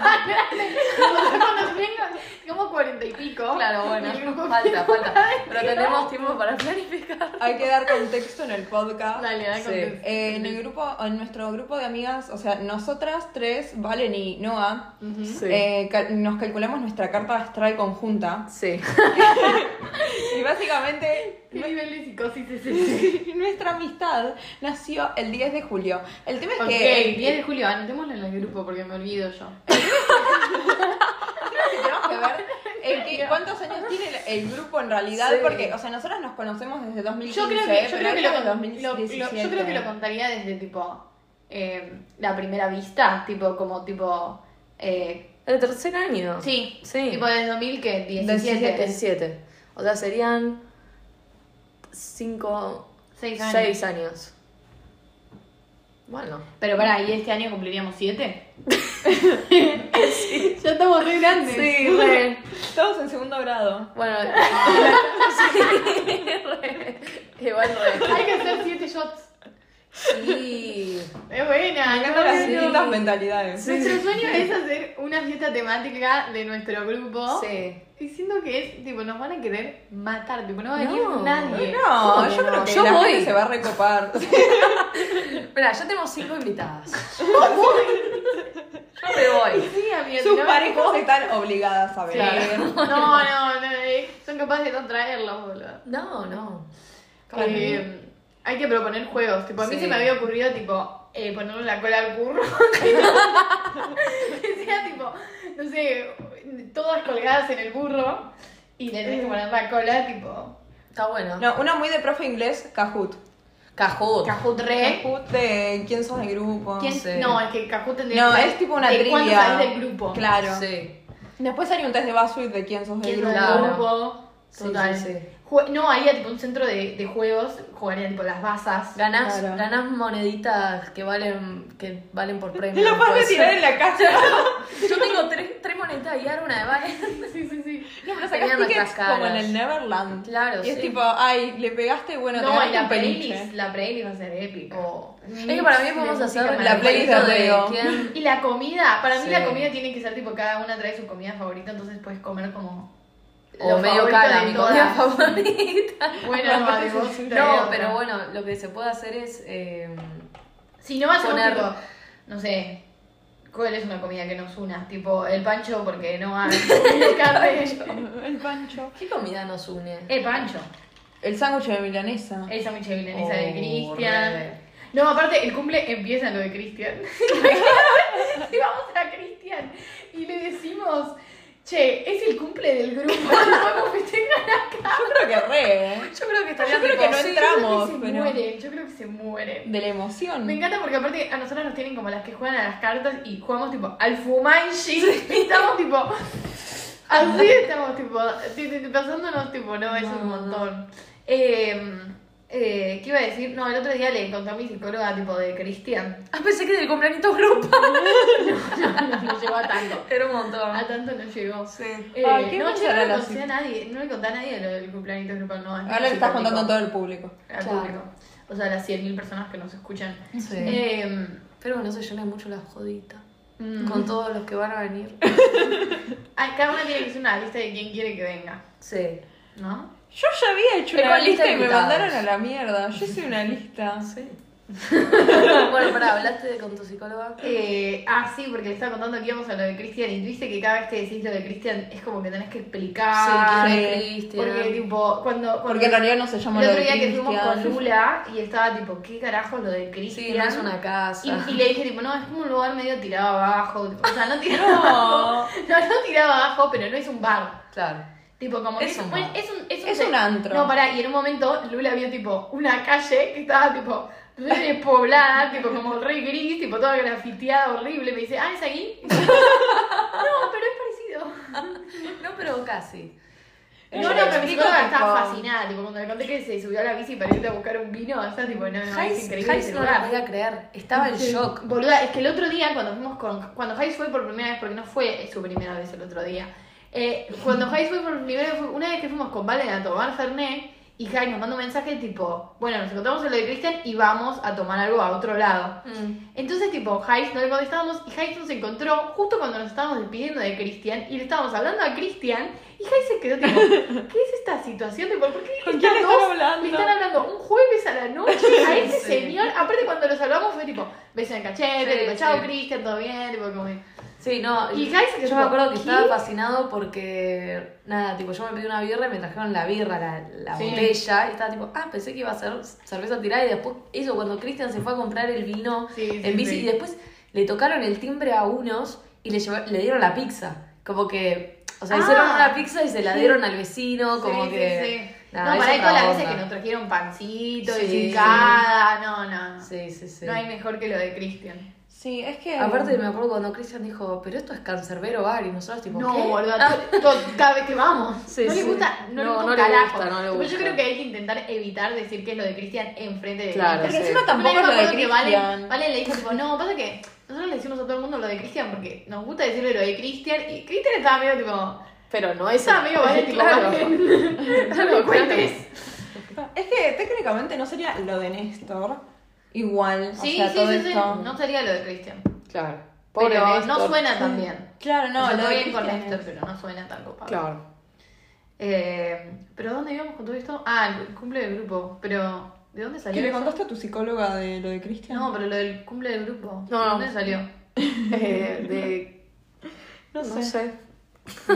<laughs> Cuando tenga como 40 y pico. Claro, bueno, y el grupo- falta, falta. Pero tenemos tiempo para planificar. <laughs> Hay que dar contexto en el podcast. Dale, dale Sí. contexto. Eh, en el grupo, en nuestro grupo de amigas, o sea, nosotras tres, Valen y Noah, Ujú. eh, cal- nos calculamos nuestra carta astral conjunta. Sí. Y básicamente, <laughs> ¿Qué nivel de psicosis es ese? nuestra amistad nació el 10 de julio. El tema es Ok, que. 10 de julio, anotémoslo en el grupo porque me olvido yo. que tenemos <laughs> que ver en qué- cuántos años tiene el, el grupo en realidad, Sí. porque, o sea, nosotras nos conocemos desde 2015. Yo creo que, yo pero creo que, ella lo, con- es lo- lo- 2017. yo creo que lo contaría desde tipo eh, la primera vista, tipo como tipo eh, El tercer año. Sí. Sí. Tipo desde 2000, ¿qué? 17. 17. O sea, serían 5, 6 años. 6 años. Bueno. Pero pará, ¿y este año cumpliríamos <laughs> 7? <laughs> Ya estamos re grandes. re. Todos en segundo grado. Bueno. <laughs> sí, re. Igual re. Hay que hacer 7 shots. Sí. Es buena, Me acá encantan las Sí. distintas mentalidades. Nuestro sueño es hacer una fiesta temática de nuestro grupo. Sí. Y siento que es, tipo, nos van a querer matar, tipo, no va a venir No, nadie. No, Sí, yo no, creo que yo la voy. gente se va a recopar. Mira, ya tenemos 5 invitadas. <laughs> Yo me voy. Sí, amiga, Sus no- parejas están obligadas a Sí. ver. <laughs> No, no, no, eh, son capaces de no traerlos, boludo. No, no. Eh, hay que proponer juegos. Tipo, a mí Sí. se me había ocurrido, tipo, eh, ponerle la cola al <laughs> burro. que sea, tipo, no sé, todas colgadas en el burro y le Eh. tenés que poner la cola, tipo, Está bueno. No, una muy de profe inglés, Kahoot. Cajut. Cajut re. Kahoot de quién sos del grupo. ¿Quién- sé. No, es que Cajut tendría No, que ser es tipo una de trivia. cuánto salís del grupo. Claro. Sí. Después haría un test de Basuit de quién sos del ¿Quién grupo. del Claro. grupo? Sí, Total. sí, sí. Jue- No, haría tipo un centro de, de juegos, jugaría tipo las basas. Ganás, Claro. ganás moneditas que valen, que valen por premio. Es lo más de puede Pues ser. tirar en <laughs> la casa. Yo tengo tres, tres monedas y ahora una de vale. <laughs> Sí, sí, sí. <laughs> No, Tenía pero sacas nuestras tickets como en caras. el Neverland. Claro, Y es sí. tipo, ay, le pegaste, bueno, te No, y ganaste la un playlist, peluche. la playlist va a ser épica. Es que para mí podemos De hacer música la playlist manifiesto de Reo. <laughs> quién- Y la comida, para mí Sí. la comida tiene que ser tipo cada una trae su comida favorita, entonces puedes comer como O medio favorito cara, de mi todas. comida <laughs> favorita. <laughs> Bueno, no, de vos, trae No, otra. pero bueno, lo que se puede hacer es. eh, Si no vas a poner- poner, no sé, ¿cuál es una comida que nos una? Tipo el pancho porque no hay <laughs> el carne. El pancho. ¿Qué comida nos une? El Eh, pancho, El sándwich de milanesa. el sándwich de milanesa de Oh, Cristian. re. No, aparte el cumple empieza en lo de Cristian. <laughs> Y vamos a Cristian y le decimos, che, es el cumple del grupo, vamos, festejan acá. Yo creo que re, ¿eh? Yo creo que estaría Yo creo que no Sí, entramos, Yo creo que se pero... mueren, yo creo que se mueren. De la emoción. Me encanta porque aparte a nosotros nos tienen como las que juegan a las cartas y jugamos tipo al Fumanshi. <laughs> Y estamos tipo. Así estamos tipo. ti- ti- ti- Pasándonos tipo, no, es No, un no. montón. Eh, eh, ¿Qué iba a decir? No, el otro día le conté a mi psicóloga tipo <laughs> de Cristian. Ah, pensé que del cumpleaños grupo. <laughs> No, no llegó a tanto. Era un montón. A tanto no llegó. Sí. Eh, Ay, qué no, yo buena no le la conté psic- a nadie, no le conté a nadie lo del cumpleaños grupal, no. es Ahora le estás psicótico. contando a todo el público. al Claro. público. O sea, las 100.000 personas que nos escuchan. Sí. Eh, Espero que no se llene mucho la jodita. mm, Con todos los que van a venir. ay, cada una tiene que hacer una lista de quién quiere que venga, Sí. ¿no? Yo ya había hecho Pero una con lista lista de y me invitados. mandaron a la mierda. Yo hice una lista. Ah, Sí. <laughs> bueno, pará, ¿hablaste de- con tu psicóloga? Eh, ah, sí, porque le estaba contando que íbamos a lo de Cristian y viste que cada vez que decís lo de Cristian es como que tenés que explicar. sí, sí. quién es Cristian. Porque, tipo, cuando. cuando- Porque en realidad no se llama el lo otro de día que fuimos con Cristian. Lula y estaba tipo, ¿qué carajo lo de Cristian? Sí, no es una casa. Y, y le dije, tipo, no, es como un lugar medio tirado abajo. tipo, o sea, <laughs> no tirado No. <laughs> abajo. <laughs> No, no tirado abajo, pero no es un bar. Claro. Tipo, como Es que un bueno, bar. es un es un, Es un antro. No, pará, y en un momento Lula vio tipo una calle que estaba tipo re despoblada, <laughs> tipo como re gris, tipo toda grafiteada, horrible. Me dice, ah, es ahí. no, pero es parecido. No, pero casi. No, Yo no, le pero mi explico, psicóloga tipo- estaba fascinada, tipo cuando le conté que se subió a la bici para irte a buscar un vino, estaba tipo, no, no, es Heinz increíble Heinz ese no lo lugar. podía creer. Estaba en shock. Boluda, es que el otro día cuando fuimos con. Cuando Jais fue por primera vez, porque no fue su primera vez el otro día. eh, <laughs> cuando Jais fue por primera vez, fue una vez que fuimos con Valen a tomar Fernet, y Jais nos mandó un mensaje tipo: Bueno, nos encontramos en lo de Cristian y vamos a tomar algo a otro lado. Mm. Entonces, tipo, Jais no le contestábamos y Jais nos encontró justo cuando nos estábamos despidiendo de Cristian y le estábamos hablando a Cristian y Jais se quedó <laughs> tipo: ¿Qué es esta situación? Tipo, ¿Por qué ¿Con estas quién están dos hablando? me están hablando un jueves a la noche a ese Ah, <laughs> Sí. señor? Aparte, cuando lo saludamos fue tipo: Beso en el cachete, Sí, tipo, chao sí. Cristian, todo bien, tipo, como. que- Sí, no. Y Heinz que yo tipo, me acuerdo que ¿qué? estaba fascinado porque, nada, tipo, yo me pedí una birra y me trajeron la birra, la, la Sí. botella. Y estaba tipo, ah, pensé que iba a ser cerveza tirada. Y después, eso, cuando Cristian se fue a comprar el vino Sí, sí, en bici, sí. y después le tocaron el timbre a unos y le, lleva- le dieron la pizza. Como que, o sea, Ah. hicieron una pizza y se la dieron al vecino, como Sí, sí, que. sí. nada, no, es para ahí otra todas las onda. veces que nos trajeron pancito Sí, y cicada, no, no. no. Sí, sí, sí. No hay mejor que lo de Cristian. Sí, es que. Aparte, me acuerdo cuando Cristian dijo, pero esto es cancerbero bar, y nosotros, tipo, No, ¿qué? Ah. boludo, cada vez que vamos. <laughs> Sí, no le sí. gusta, no, No, no le gusta, le un gusta, no carajo. le Tipo, Yo gusta. creo que hay que intentar evitar decir que es lo de Cristian enfrente de Claro. Pero Sí. encima Tampoco tampoco es lo de que Cristian. Valen, Valen le dijo, tipo, no, pasa que nosotros le decimos a todo el mundo lo de Cristian porque nos gusta decirle lo de Cristian y Cristian estaba medio tipo, Pero no es. estaba <laughs> medio Valen, tipo, eh, Claro. <laughs> Valen, <laughs> no Claro, lo cuentes. Es que técnicamente no sería lo de Néstor. Igual, Sí, o sea, sí, todo sí, sí, esto. no sería lo de Cristian. Claro. Pobre Pero no Néstor. suena tan bien. Claro, No, no, lo de bien con Cristian Néstor, es- pero no suena tan copado. Claro. Eh, ¿Pero dónde íbamos con todo esto? Ah, el cumple del grupo. Pero, ¿de dónde salió? ¿Que le eso? contaste a tu psicóloga de lo de Cristian? No, pero lo del cumple del grupo. No, ¿De no. dónde salió? Eh, <laughs> de- No sé. <laughs>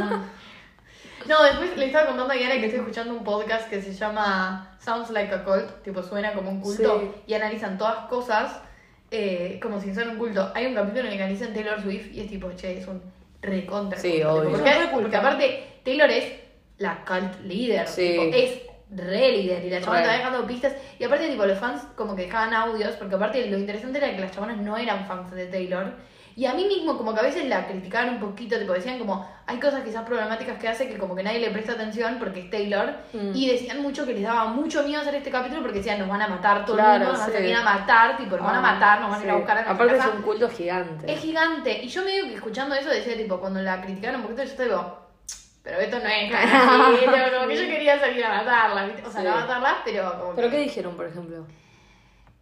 No, después le estaba contando a Yara que estoy escuchando un podcast que se llama Sounds Like a Cult, tipo suena como un culto, Sí. y analizan todas cosas eh, como si fueran un culto. Hay un capítulo en el que analizan Taylor Swift y es tipo, che, es un recontra. Sí, culto, obvio. Porque, Es un reculto. porque aparte, Taylor es la cult leader, Sí. tipo, es re líder y la chabona Re. estaba dejando pistas y aparte tipo los fans como que dejaban audios porque aparte lo interesante era que las chabonas no eran fans de Taylor y a mí mismo como que a veces la criticaban un poquito tipo decían como hay cosas quizás problemáticas que hace que como que nadie le presta atención porque es Taylor Mm. y decían mucho que les daba mucho miedo hacer este capítulo porque decían nos van a matar todo el Claro, mundo nos van a sí. venir a matar tipo nos van a matar nos van a ir a Ah, Sí. buscar a nuestra Aparte, casa". es un culto gigante. Es gigante. Y yo medio que escuchando eso decía, tipo, cuando la criticaron un poquito, yo estaba tipo, pero esto no es tan <laughs> así", tipo, como que yo quería salir a matarla, ¿viste? O sea, Sí. no matarlas, pero como ¿Pero que- qué dijeron, por ejemplo?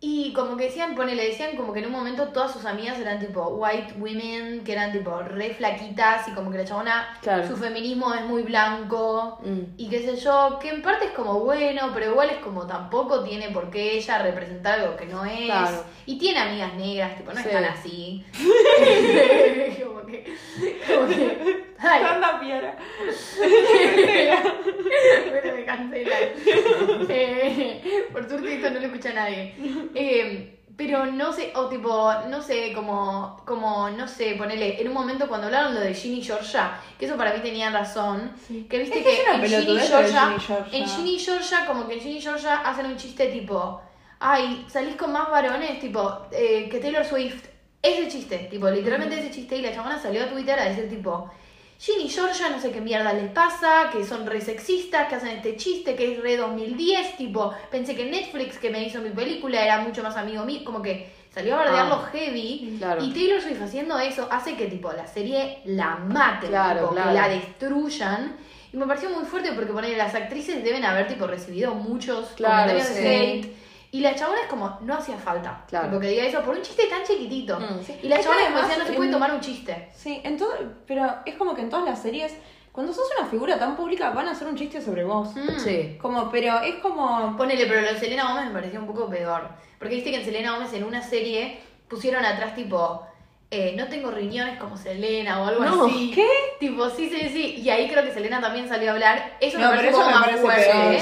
Y como que decían, ponele, decían como que en un momento todas sus amigas eran tipo white women, que eran tipo re flaquitas, y como que la chabona, Claro. su feminismo es muy blanco, <laughs> Mm. y qué sé yo, que en parte es como bueno, pero igual es como tampoco tiene por qué ella representar algo que no es. Claro. Y tiene amigas negras, tipo, no Sí. <laughs> están así. <laughs> como que. Como que. Ay, Tanda piedra. bueno, me <laughs> cancelan. Eh, por suerte esto no lo escucha nadie. Eh, pero no sé, o tipo, no sé, como, como, no sé, ponele, en un momento cuando hablaron lo de Ginny y Georgia, que eso para mí tenía razón, que viste que, Es que es una en Ginny y pelotudez lo de Georgia, Ginny y Georgia. en Ginny y Georgia, como que en Ginny y Georgia hacen un chiste tipo, ay, salís con más varones, tipo, eh, que Taylor Swift, ese chiste, tipo, literalmente ese chiste, y la chabona salió a Twitter a decir tipo, Ginny y Georgia, no sé qué mierda les pasa, que son re sexistas, que hacen este chiste, que es re 2010, tipo, pensé que Netflix, que me hizo mi película, era mucho más amigo mío, como que salió a bardearlo Ah, heavy. claro. Y Taylor Swift haciendo eso hace que, tipo, la serie la mate, Claro, claro. que la destruyan. Y me pareció muy fuerte porque, ponele, las actrices deben haber, tipo, recibido muchos Claro, comentarios sí. de hate. Y la chabona es como, no hacía falta. Claro. Tipo, que diga eso por un chiste tan chiquitito. Mm. Y la Es chabona que es como además, decía, no se puede en- tomar un chiste. Sí, en todo, pero es como que en todas las series, cuando sos una figura tan pública, van a hacer un chiste sobre vos. Mm. Sí. Como, pero es como. Ponele, pero lo de Selena Gómez me pareció un poco peor. Porque viste que en Selena Gómez en una serie pusieron atrás tipo, eh, no tengo riñones como Selena o algo No, así. ¿qué? Tipo, sí, sí, sí. Y ahí creo que Selena también salió a hablar. Eso No, me pero pareció eso como me más parece fuerte. peor, ¿eh?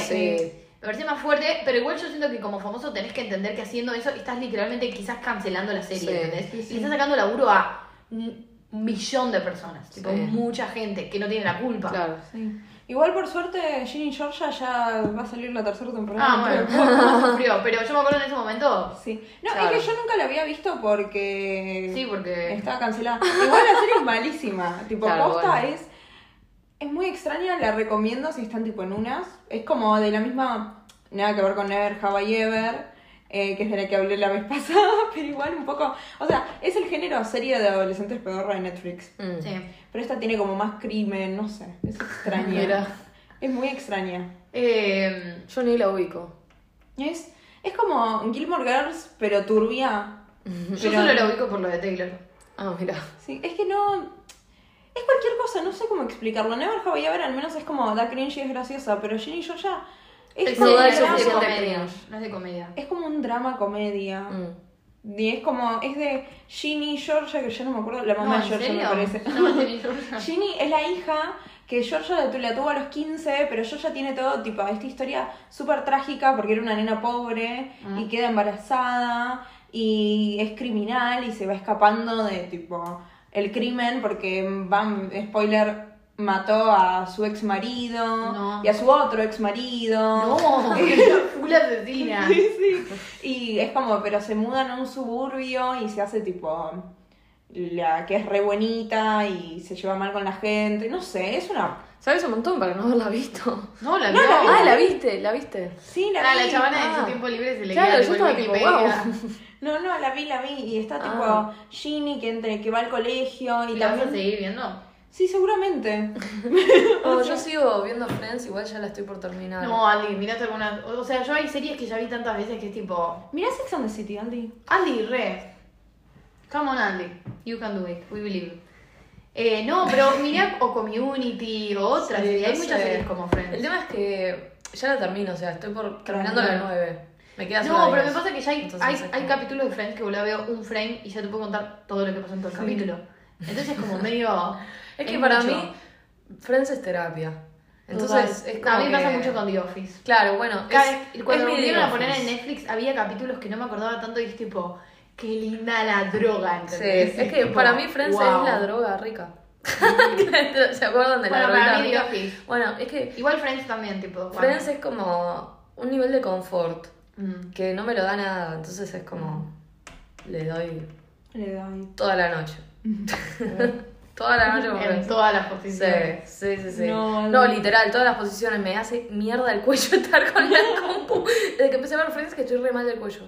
sí. Me parece más fuerte, pero igual yo siento que como famoso tenés que entender que haciendo eso estás literalmente quizás cancelando la serie, Sí, ¿entendés? sí, sí. Y estás sacando laburo a un millón de personas, tipo Sí. mucha gente que no tiene la culpa. Claro. Sí. Igual por suerte, Ginny Georgia ya va a salir la tercera temporada. Ah, bueno, <laughs> no sufrió, pero yo me acuerdo en ese momento, <laughs> Sí. No, Claro. es que yo nunca la había visto porque. sí, porque... Estaba cancelada. Igual la serie <laughs> es malísima. Tipo, Claro, posta bueno. es. Es muy extraña, la recomiendo si están tipo en unas. Es como de la misma. Nada que ver con Never Have I Ever, eh, que es de la que hablé la vez <laughs> pasada, pero igual un poco. O sea, es el género serie de adolescentes pedorra de Netflix. Mm. Sí. Pero esta tiene como más crimen, no sé. Es <laughs> extraña. Mira. Es muy extraña. Eh, Yo ni la ubico. <laughs> Es, es como Gilmore Girls, pero turbia. yo Pero- solo lo ubico por lo de Taylor. Ah, mira. Sí, es que no. Es cualquier cosa, no sé cómo explicarlo. Never Have I Ever al menos es como da cringe y es graciosa, pero Ginny yo ya. Es, No como da un el no drama- es de suficiente comedia. cringe. No es de comedia. es como un drama comedia. Mm. Y es como. Es de Ginny Georgia, que ya no me acuerdo. La No, mamá de ¿en Georgia serio? me parece. No, en serio, <laughs> yo- <laughs> Ginny es la hija que Georgia la, tu- la tuvo a los 15, pero Georgia tiene todo tipo esta historia súper trágica porque era una nena pobre Mm. y queda embarazada y es criminal y se va escapando de tipo el crimen porque van, spoiler, mató a su ex marido No. y a su otro ex marido. <laughs> No, era full asesina. Sí, sí. Y es como, pero se mudan a un suburbio y se hace tipo la que es re buenita y se lleva mal con la gente. No sé, es una. Sabes un montón para no haberla visto. No, la No, vio. la vi. Ah, la viste, la viste. Sí, la Ah, vi. la chavana de Ah. su tiempo libre se le Claro, yo queda tipo estaba en tipo, Wikipedia. <laughs> wow. No, no, la vi, la vi. Y está tipo Ah. Ginny que, entre, que va al colegio y ¿La vas a también. seguir viendo? Sí, seguramente. <laughs> Oh, yo sigo viendo Friends, igual ya la estoy por terminar. No, Andy, mirate algunas. O sea, yo hay series que ya vi tantas veces que es tipo. Mirá Sex and the City, Andy. Andy, re. Come on, Andy. You can do it. We believe. you. Eh, no, pero mirá o Community o otras. Sí, series. hay no muchas sé. series como El Friends. tema es que ya la termino, o sea, estoy por terminando la 9. Me queda solo No, la pero me 10. pasa que ya hay, Entonces hay, es hay como- capítulos de Friends que boludo veo un frame y ya te puedo contar todo lo que pasó en todo el capítulo. Entonces es como medio... <laughs> Es que para mucho. mí, Friends es terapia. Entonces, Total. es como A mí me pasa que- mucho con The Office. Claro, bueno, Cada vez- es, cuando es me mi volvieron a Office. poner en Netflix había capítulos que no me acordaba tanto y es tipo, qué linda la droga, Sí, ¿entendés? es, que tipo, para mí Friends wow. es la droga rica. <laughs> ¿Se acuerdan de la Bueno, droga para mí The rica? Office. Bueno, es que Igual Friends también, tipo... bueno. Friends es como un nivel de confort Mm. que no me lo da nada, entonces es como le doy Le doy. toda la <laughs> noche. toda la noche con En Friends. todas las Sí, posiciones. sí, sí, sí. No, No, no. literal, todas las posiciones me hace mierda el cuello <laughs> estar <laughs> con la compu. Desde que empecé a ver Friends que estoy re mal del cuello.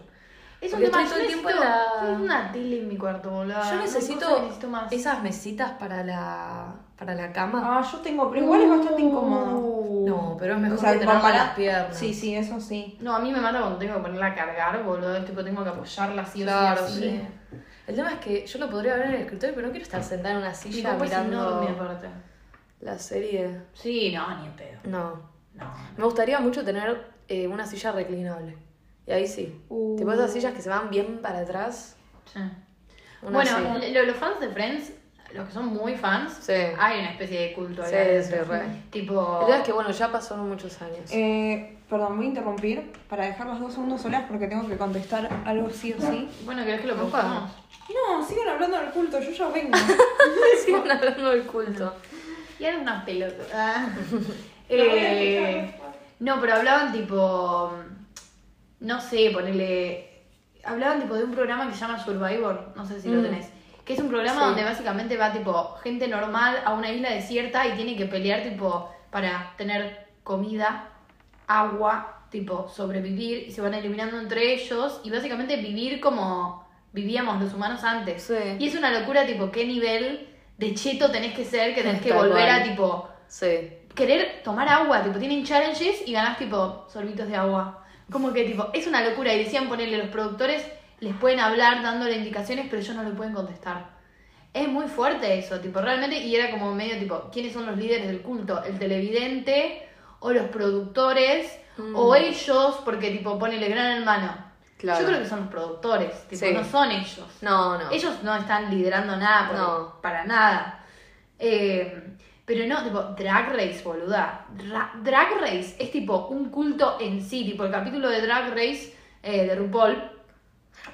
Es Porque un tema, estoy todo el yo tiempo necesito- en la- yo una tele en mi cuarto, boludo. Yo Ah, No, hay cosas que necesito, necesito más. esas mesitas para la para la cama. Ah, yo tengo, pero igual es bastante incómodo. Uh. No, pero es mejor que tenerla en compará- las piernas. Sí, sí, eso sí. No, a mí me mata cuando tengo que ponerla a cargar, boludo. Es tipo, tengo que apoyarla así o Claro, sí, así. sí. El tema es que yo lo podría ver en el escritorio, pero no quiero estar sentada en una Mi silla compu es enorme, mirando aparte. la serie. Sí, no, ni en pedo. No. No. Me gustaría mucho tener eh, una silla reclinable. Y ahí sí. Uh. Tipo esas sillas que se van bien para atrás. Sí. Una Bueno, eh, así. lo- los fans de Friends, los que son muy fans, Sí. hay una especie de culto ahí. Sí, adentro. sí, re. Tipo. El tema es que bueno, ya pasaron muchos años. <laughs> Eh, perdón, voy a interrumpir para dejar las dos segundos solas porque tengo que contestar algo sí o sí. Bueno, ¿querés que lo Opa. contamos? No, sigan hablando del culto, yo ya <laughs> vengo. Siguen hablando del culto. Y eran unas <laughs> pelotas. Ah. Eh, no, pero hablaban tipo. No sé, ponele. Hablaban tipo de un programa que se llama Survivor, no sé si lo Mm. tenés. Que es un programa Sí. donde básicamente va tipo gente normal a una isla desierta y tiene que pelear tipo para tener comida, agua, tipo sobrevivir y se van eliminando entre ellos y básicamente vivir como vivíamos los humanos antes. Sí. Y es una locura tipo qué nivel de cheto tenés que ser que tenés que Tal volver a cual. tipo Sí. querer tomar agua, tipo, tienen challenges y ganás tipo sorbitos de agua. Como que tipo, es una locura. Y decían ponerle los productores, les pueden hablar dándole indicaciones, pero ellos no lo pueden contestar. Es muy fuerte eso, tipo, realmente, y era como medio tipo, ¿quiénes son los líderes del culto? ¿El televidente? ¿O los productores? ¿O ellos? Porque tipo, ponele gran hermano. Mm. Claro. Yo creo que son los productores, tipo, Sí. no son ellos. No, no. Ellos no están liderando nada, por- No. para nada. Eh, pero no, tipo, Drag Race, boluda. Ra- Drag Race es tipo un culto en sí, tipo el capítulo de Drag Race eh, de RuPaul.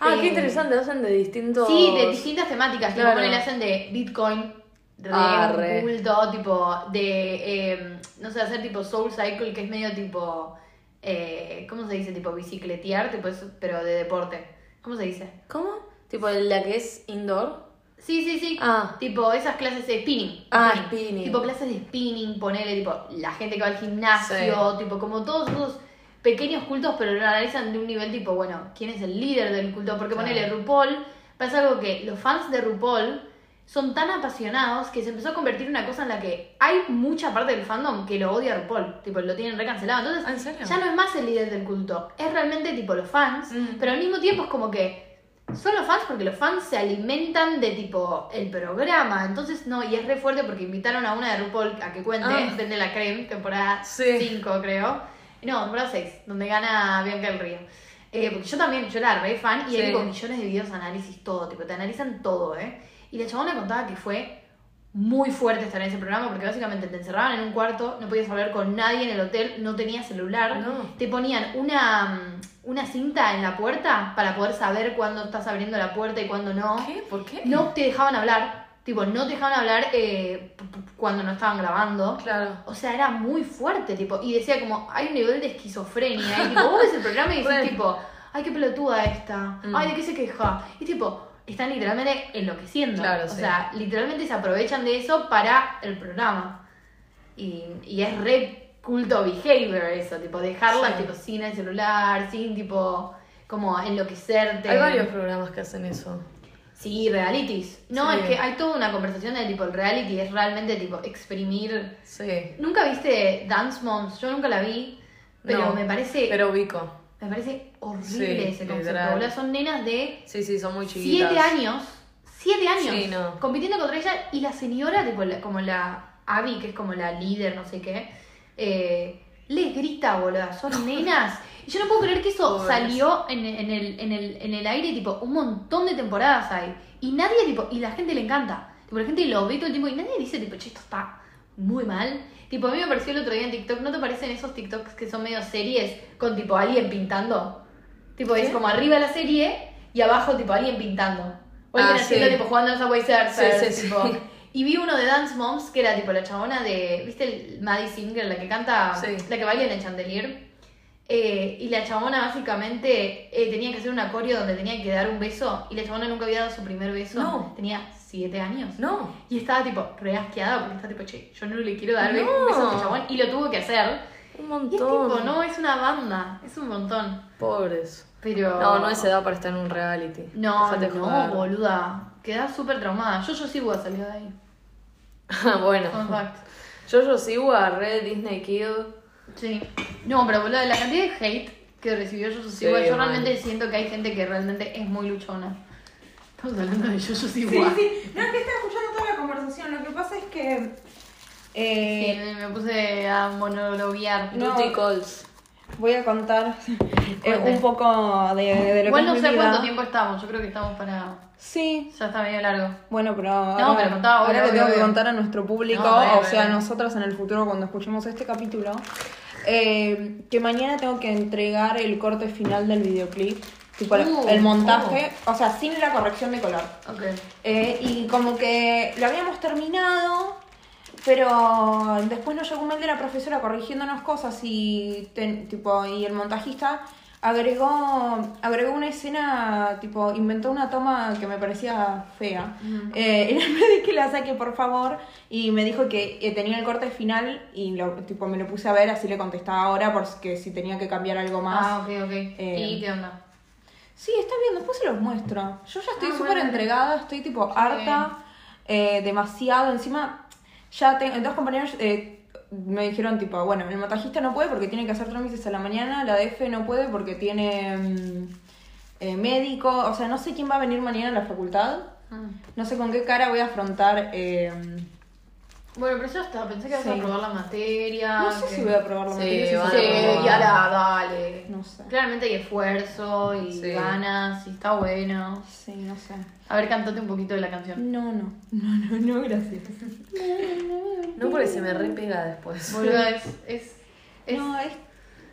Ah, Eh, qué interesante, hacen de distintos. Sí, de distintas temáticas, tipo, Claro. ponele, hacen de Bitcoin, de Ah, un re. culto, tipo, de, eh, no sé, hacer tipo Soul Cycle, que es medio tipo, eh, ¿cómo se dice? Tipo bicicletear, tipo eso, pero de deporte. ¿Cómo se dice? ¿Cómo? Tipo la que es indoor. Sí, sí, sí. Ah. Tipo esas clases de spinning. Ah, spinning. Tipo clases de spinning, ponele, tipo, la gente que va al gimnasio, tipo, como todos esos pequeños cultos, pero lo analizan de un nivel tipo, bueno, ¿quién es el líder del culto? Porque Claro. ponele RuPaul, pasa algo que los fans de RuPaul son tan apasionados que se empezó a convertir en una cosa en la que hay mucha parte del fandom que lo odia a RuPaul, tipo, lo tienen recancelado. Entonces, ¿En serio? ya no es más el líder del culto, es realmente tipo los fans, Mm. pero al mismo tiempo es como que son los fans porque los fans se alimentan de tipo el programa, entonces no, y es re fuerte porque invitaron a una de RuPaul a que cuente, Ah. vende la creme, temporada Sí. 5 creo, no, temporada 6, donde gana Bianca del Río. Eh, porque yo también, yo era re fan y hay Sí. tipo millones de videos de análisis, todo, tipo, te analizan todo, ¿eh? Y la chabona contaba que fue muy fuerte estar en ese programa porque básicamente te encerraban en un cuarto, no podías hablar con nadie en el hotel, no tenías celular, No. te ponían una, mm, una cinta en la puerta para poder saber cuándo estás abriendo la puerta y cuándo no. ¿Qué? ¿Por qué? No te dejaban hablar. Tipo, no te dejaban hablar eh, p- p- cuando no estaban grabando. Claro. O sea, era muy fuerte, tipo, y decía como, hay un nivel de esquizofrenia, y tipo, vos ves el programa <laughs> y Bueno. decís tipo, ay, qué pelotuda esta, Mm. ay, ¿de qué se queja? Y tipo, están literalmente enloqueciendo. Claro, o sí. sea, literalmente se aprovechan de eso para el programa. Y, y es re culto behavior eso, tipo, dejarlas Sí. tipo, sin el celular, sin tipo, como enloquecerte. Hay varios programas que hacen eso. Sí, realities. No, Sí. es que hay toda una conversación de tipo, el reality es realmente tipo, exprimir Sí. ¿Nunca viste Dance Moms? Yo nunca la vi, pero No, me parece Pero ubico. me parece horrible Sí, ese concepto. literal. boludo. Son nenas de Sí, sí, son muy chiquitas. 7 años, 7 años, Sí, no. compitiendo contra ella y la señora, tipo, la- como la Abby, que es como la líder, no sé qué, eh, les grita, boluda, <laughs> son nenas. Y yo no puedo creer que eso Pobres. salió en, en el, en, el, en el aire, tipo, un montón de temporadas hay. Y nadie, tipo, y la gente le encanta. Tipo, la gente lo ve todo el tiempo y nadie dice, tipo, che, esto está muy mal. Tipo, a mí me pareció el otro día en TikTok, ¿no te parecen esos TikToks que son medio series con, tipo, alguien pintando? Tipo, es como arriba la serie y abajo, tipo, alguien pintando. O alguien Ah, haciendo, sí. tipo, jugando al Subway Surfers, Sí, sí, tipo. sí. Y vi uno de Dance Moms que era, tipo, la chabona de, ¿viste? el Maddie Singer, la que canta, Sí. la que baila en el chandelier. Eh, y la chabona básicamente eh, tenía que hacer un acorio donde tenía que dar un beso y la chabona nunca había dado su primer beso. No. Tenía siete años. No. Y estaba tipo reasqueada porque estaba tipo, che, yo no le quiero dar No. un beso a este chabón. Y lo tuvo que hacer. Un Y es montón. tipo, no, es una banda, es un montón. Pobres. Pero. No, no es edad para estar en un reality. No, Déjate no, joder. <laughs> boluda. Quedás súper traumada. Yo, yo sí voy a salir de ahí. Fun bueno. fact. Yo yo sigo a Red Disney Kid. Sí. No, pero boluda, la cantidad de hate que recibió Yo, yo sí Sí, voy, yo mal. realmente siento que hay gente que realmente es muy luchona. Estamos hablando de Yo, yo sí Sí, voy. sí. No, es que estaba escuchando toda la conversación. Lo que pasa es que. eh, Sí, me puse a monologuear. No. Duty Calls. Voy a contar eh, Cuente. un poco de, de lo Igual que no es sé mi vida. cuánto tiempo estamos, yo creo que estamos para. Sí. Ya está medio largo. Bueno, pero. No, pero contá ahora, ahora le obvio, tengo que obvio. contar a nuestro público, No, re, o re, sea, re. a nosotras en el futuro cuando escuchemos este capítulo, eh, que mañana tengo que entregar el corte final del videoclip, tipo el- Uh, el montaje, o sea, sin la corrección de color. Ok. Eh, y como que lo habíamos terminado, pero después nos llegó un mail de la profesora corrigiéndonos cosas y, ten- tipo, y el montajista agregó, agregó una escena, tipo, inventó una toma que me parecía fea. Eh, y le pedí que la <laughs> saque, por favor, y me dijo que eh, tenía el corte final y lo, tipo, me lo puse a ver, así le contestaba ahora porque si tenía que cambiar algo más. Ah, ok, ok. Eh, ¿Y qué onda? Sí, está bien, después se los muestro. Yo ya estoy Ah, súper bueno. entregada, estoy tipo harta, eh, demasiado. Encima, ya tengo. Dos compañeros eh, me dijeron, tipo, bueno, el matajista no puede porque tiene que hacer trámites a la mañana, la DF no puede porque tiene mm, eh, médico. O sea, no sé quién va a venir mañana a la facultad. Mm. No sé con qué cara voy a afrontar. eh, Bueno, pero yo estaba, pensé que vas a Sí. probar la materia. no sé que- si voy a probar la Sí, materia, si van a se Ah, Sí, puede probar. y probar. ahora dale. No sé. Claramente hay esfuerzo y Sí. ganas y está bueno. Sí, no sé. A ver, cantate un poquito de la canción. No, no. <laughs> No, no, no, gracias. No porque se me re pega después. Boluda, es, es, es No, es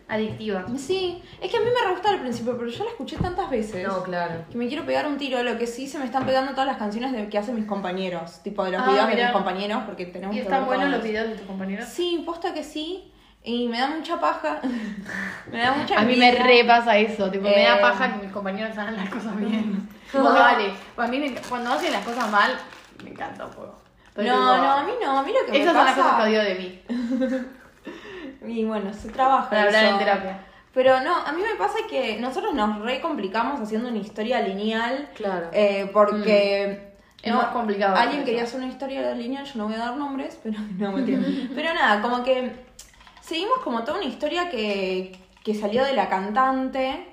adictiva. Sí, es que a mí me re gustaba al principio, pero yo la escuché tantas veces No, claro. que me quiero pegar un tiro. Lo que sí se me están pegando todas las canciones de, que hacen mis compañeros, tipo de los Ah, videos de mirá. mis compañeros, porque tenemos ¿Y que están ver buenos todos. los videos de tus compañeros? Sí, posta que sí, y me da mucha paja. <laughs> me da mucha A mí me envidia. repasa eso, tipo, me da Eh. paja que mis compañeros hagan las <laughs> cosas bien. Tipo, vale, Pues a mí me enc- cuando hacen las cosas mal, me encanta un poco. Pero No, tipo, no, a mí no, a mí lo que Esas me son pasa. las cosas que odio de mí, Y bueno, se trabaja. para hablar en eso. terapia. Pero no, a mí me pasa que nosotros nos re complicamos haciendo una historia lineal. Claro. Eh, porque. Mm. Es más complicado Alguien eso. quería hacer una historia lineal, yo no voy a dar nombres, pero <laughs> no, mentira. pero nada, como que seguimos como toda una historia que, que salió de la cantante.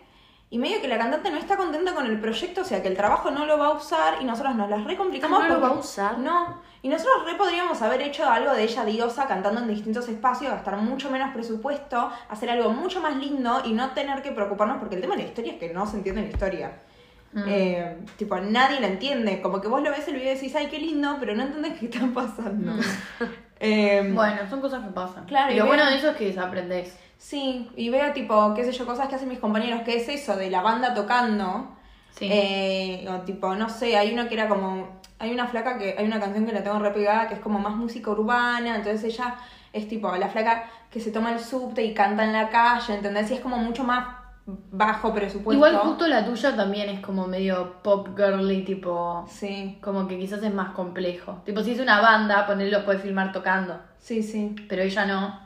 Y medio que la cantante no está contenta con el proyecto, o sea que el trabajo no lo va a usar y nosotros nos las recomplicamos. Ah, ¿no lo porque- va a usar? No. Y nosotros re podríamos haber hecho algo de ella diosa cantando en distintos espacios, gastar mucho menos presupuesto, hacer algo mucho más lindo y no tener que preocuparnos porque el tema de la historia es que no se entiende la historia. Mm. Eh, tipo, nadie la entiende. Como que vos lo ves el video y decís, ay, qué lindo, pero no entendés <laughs> qué está pasando. <laughs> Eh, Mm. Bueno, son cosas que pasan. Claro, y y lo ve- bueno de eso es que desaprendés. Sí, y veo, tipo, qué sé yo, cosas que hacen mis compañeros, que es eso, de la banda tocando. Sí. Eh, o tipo, no sé, hay uno que era como. Hay una flaca que, hay una canción que la tengo repegada que es como más música urbana, entonces ella es tipo la flaca que se toma el subte y canta en la calle, ¿entendés? Y es como mucho más bajo presupuesto. Igual justo la tuya también es como medio pop girly, tipo... Sí, Como que quizás es más complejo. Tipo, si es una banda, ponerlo puedes filmar tocando. sí, sí. Pero ella no.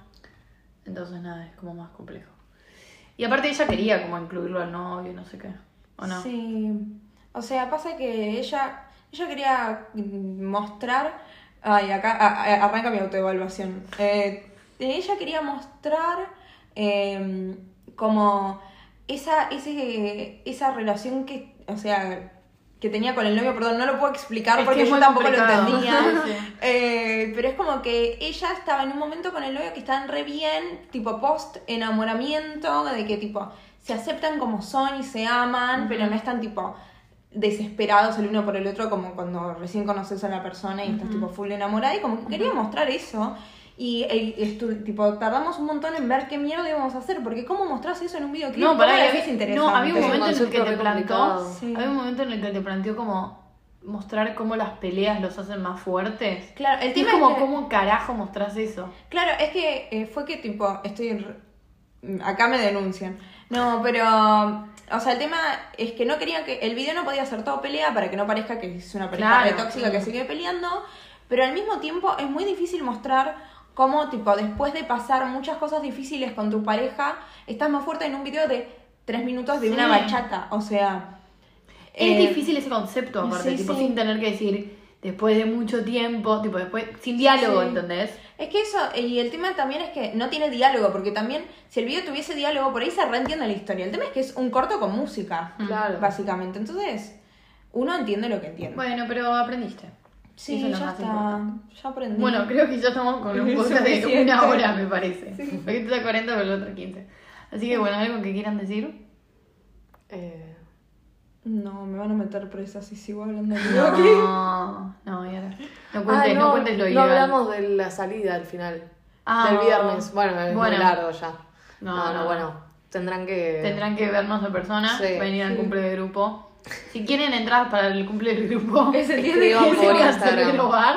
Entonces nada, es como más complejo. Y aparte ella quería como incluirlo al novio, no sé qué. ¿O no? Sí. O sea, pasa que ella, ella quería mm, mostrar. Ay, acá a- a- arranca mi autoevaluación. Eh, ella quería mostrar eh, como esa, ese, esa relación que, o sea, que tenía con el novio, perdón, no lo puedo Es explicar que Ah, porque es yo muy tampoco complicado. lo <laughs> entendía. <laughs> Sí. Eh, pero es como que ella estaba en un momento con el novio que estaban re bien, tipo post enamoramiento, de que tipo se aceptan como son y se aman, pero no están tipo desesperados el uno por el otro como cuando recién conoces a la persona y estás tipo full enamorada y como que quería mostrar eso. Y, eh, estu- tipo, tardamos un montón en ver qué mierda íbamos a hacer, porque cómo mostrás eso en un videoclip? No, ¿Cómo pará, la y ves había- interesante? no, había un Es un momento en el que concepto te re plantó. complicado. Sí. Había un momento en el que te planteó como mostrar cómo las peleas los hacen más fuertes. Claro, el Y es tema como, es que- ¿cómo carajo mostrás eso? Claro, es que eh, fue que tipo, estoy... re- Acá me denuncian. No, pero... O sea, el tema es que no quería que... El video no podía ser todo pelea para que no parezca que es una pareja Claro. re tóxica que se vive peleando. Pero al mismo tiempo es muy difícil mostrar cómo, tipo, después de pasar muchas cosas difíciles con tu pareja, estás más fuerte en un video de tres minutos de Sí. una bachata. O sea... Es eh, difícil ese concepto, aparte, sí, tipo, sí. sin tener que decir después de mucho tiempo, tipo, después, sin diálogo, sí. ¿entendés? Es que eso, eh, y el tema también es que no tiene diálogo, porque también si el video tuviese diálogo, por ahí se reentiende la historia. El tema es que es un corto con música, Mm. Claro. básicamente. Entonces, uno entiende lo que entiende. Bueno, pero aprendiste. sí, eso es lo ya más está. importante. Ya aprendí. Bueno, creo que ya estamos con un podcast de Suficiente. una hora, me parece. <laughs> Porque esto está 40, pero el otro 15. Así que, bueno, algo que quieran decir. Eh, No, me van a meter presa si sigo <laughs> hablando. de- No, no, y ahora. No cuentes, ah, no, cuentes lo no ilegal. hablamos de la salida al final. Ah. del viernes. Bueno, es Bueno. muy largo ya. No, No, no, no. bueno. Tendrán que. Tendrán que vernos en persona, Sí. venir al cumple de grupo. Si quieren entrar para el cumple del grupo, <laughs> Es el 10 de Escriban julio. por se las Instagram. renovar.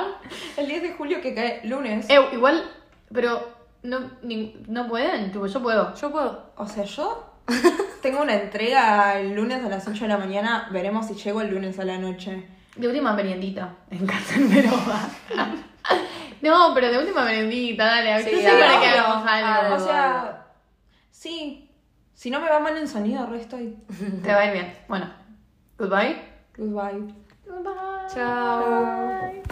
El 10 de julio que cae lunes. Eh, igual, pero no, ni- no pueden, tipo, yo puedo. Yo puedo. O sea, yo tengo una entrega el lunes a las 8 de la mañana. Veremos si llego el lunes a la noche. De última meriendita <laughs> en casa en Verona. <laughs> No, pero de última meriendita, dale, a Sí, sí, algo. para que hagamos algo. Algo. O sea, sí. Si no me va mal en sonido, resto y Te va a ir bien. Bueno, goodbye. goodbye. Goodbye. Chao. Bye.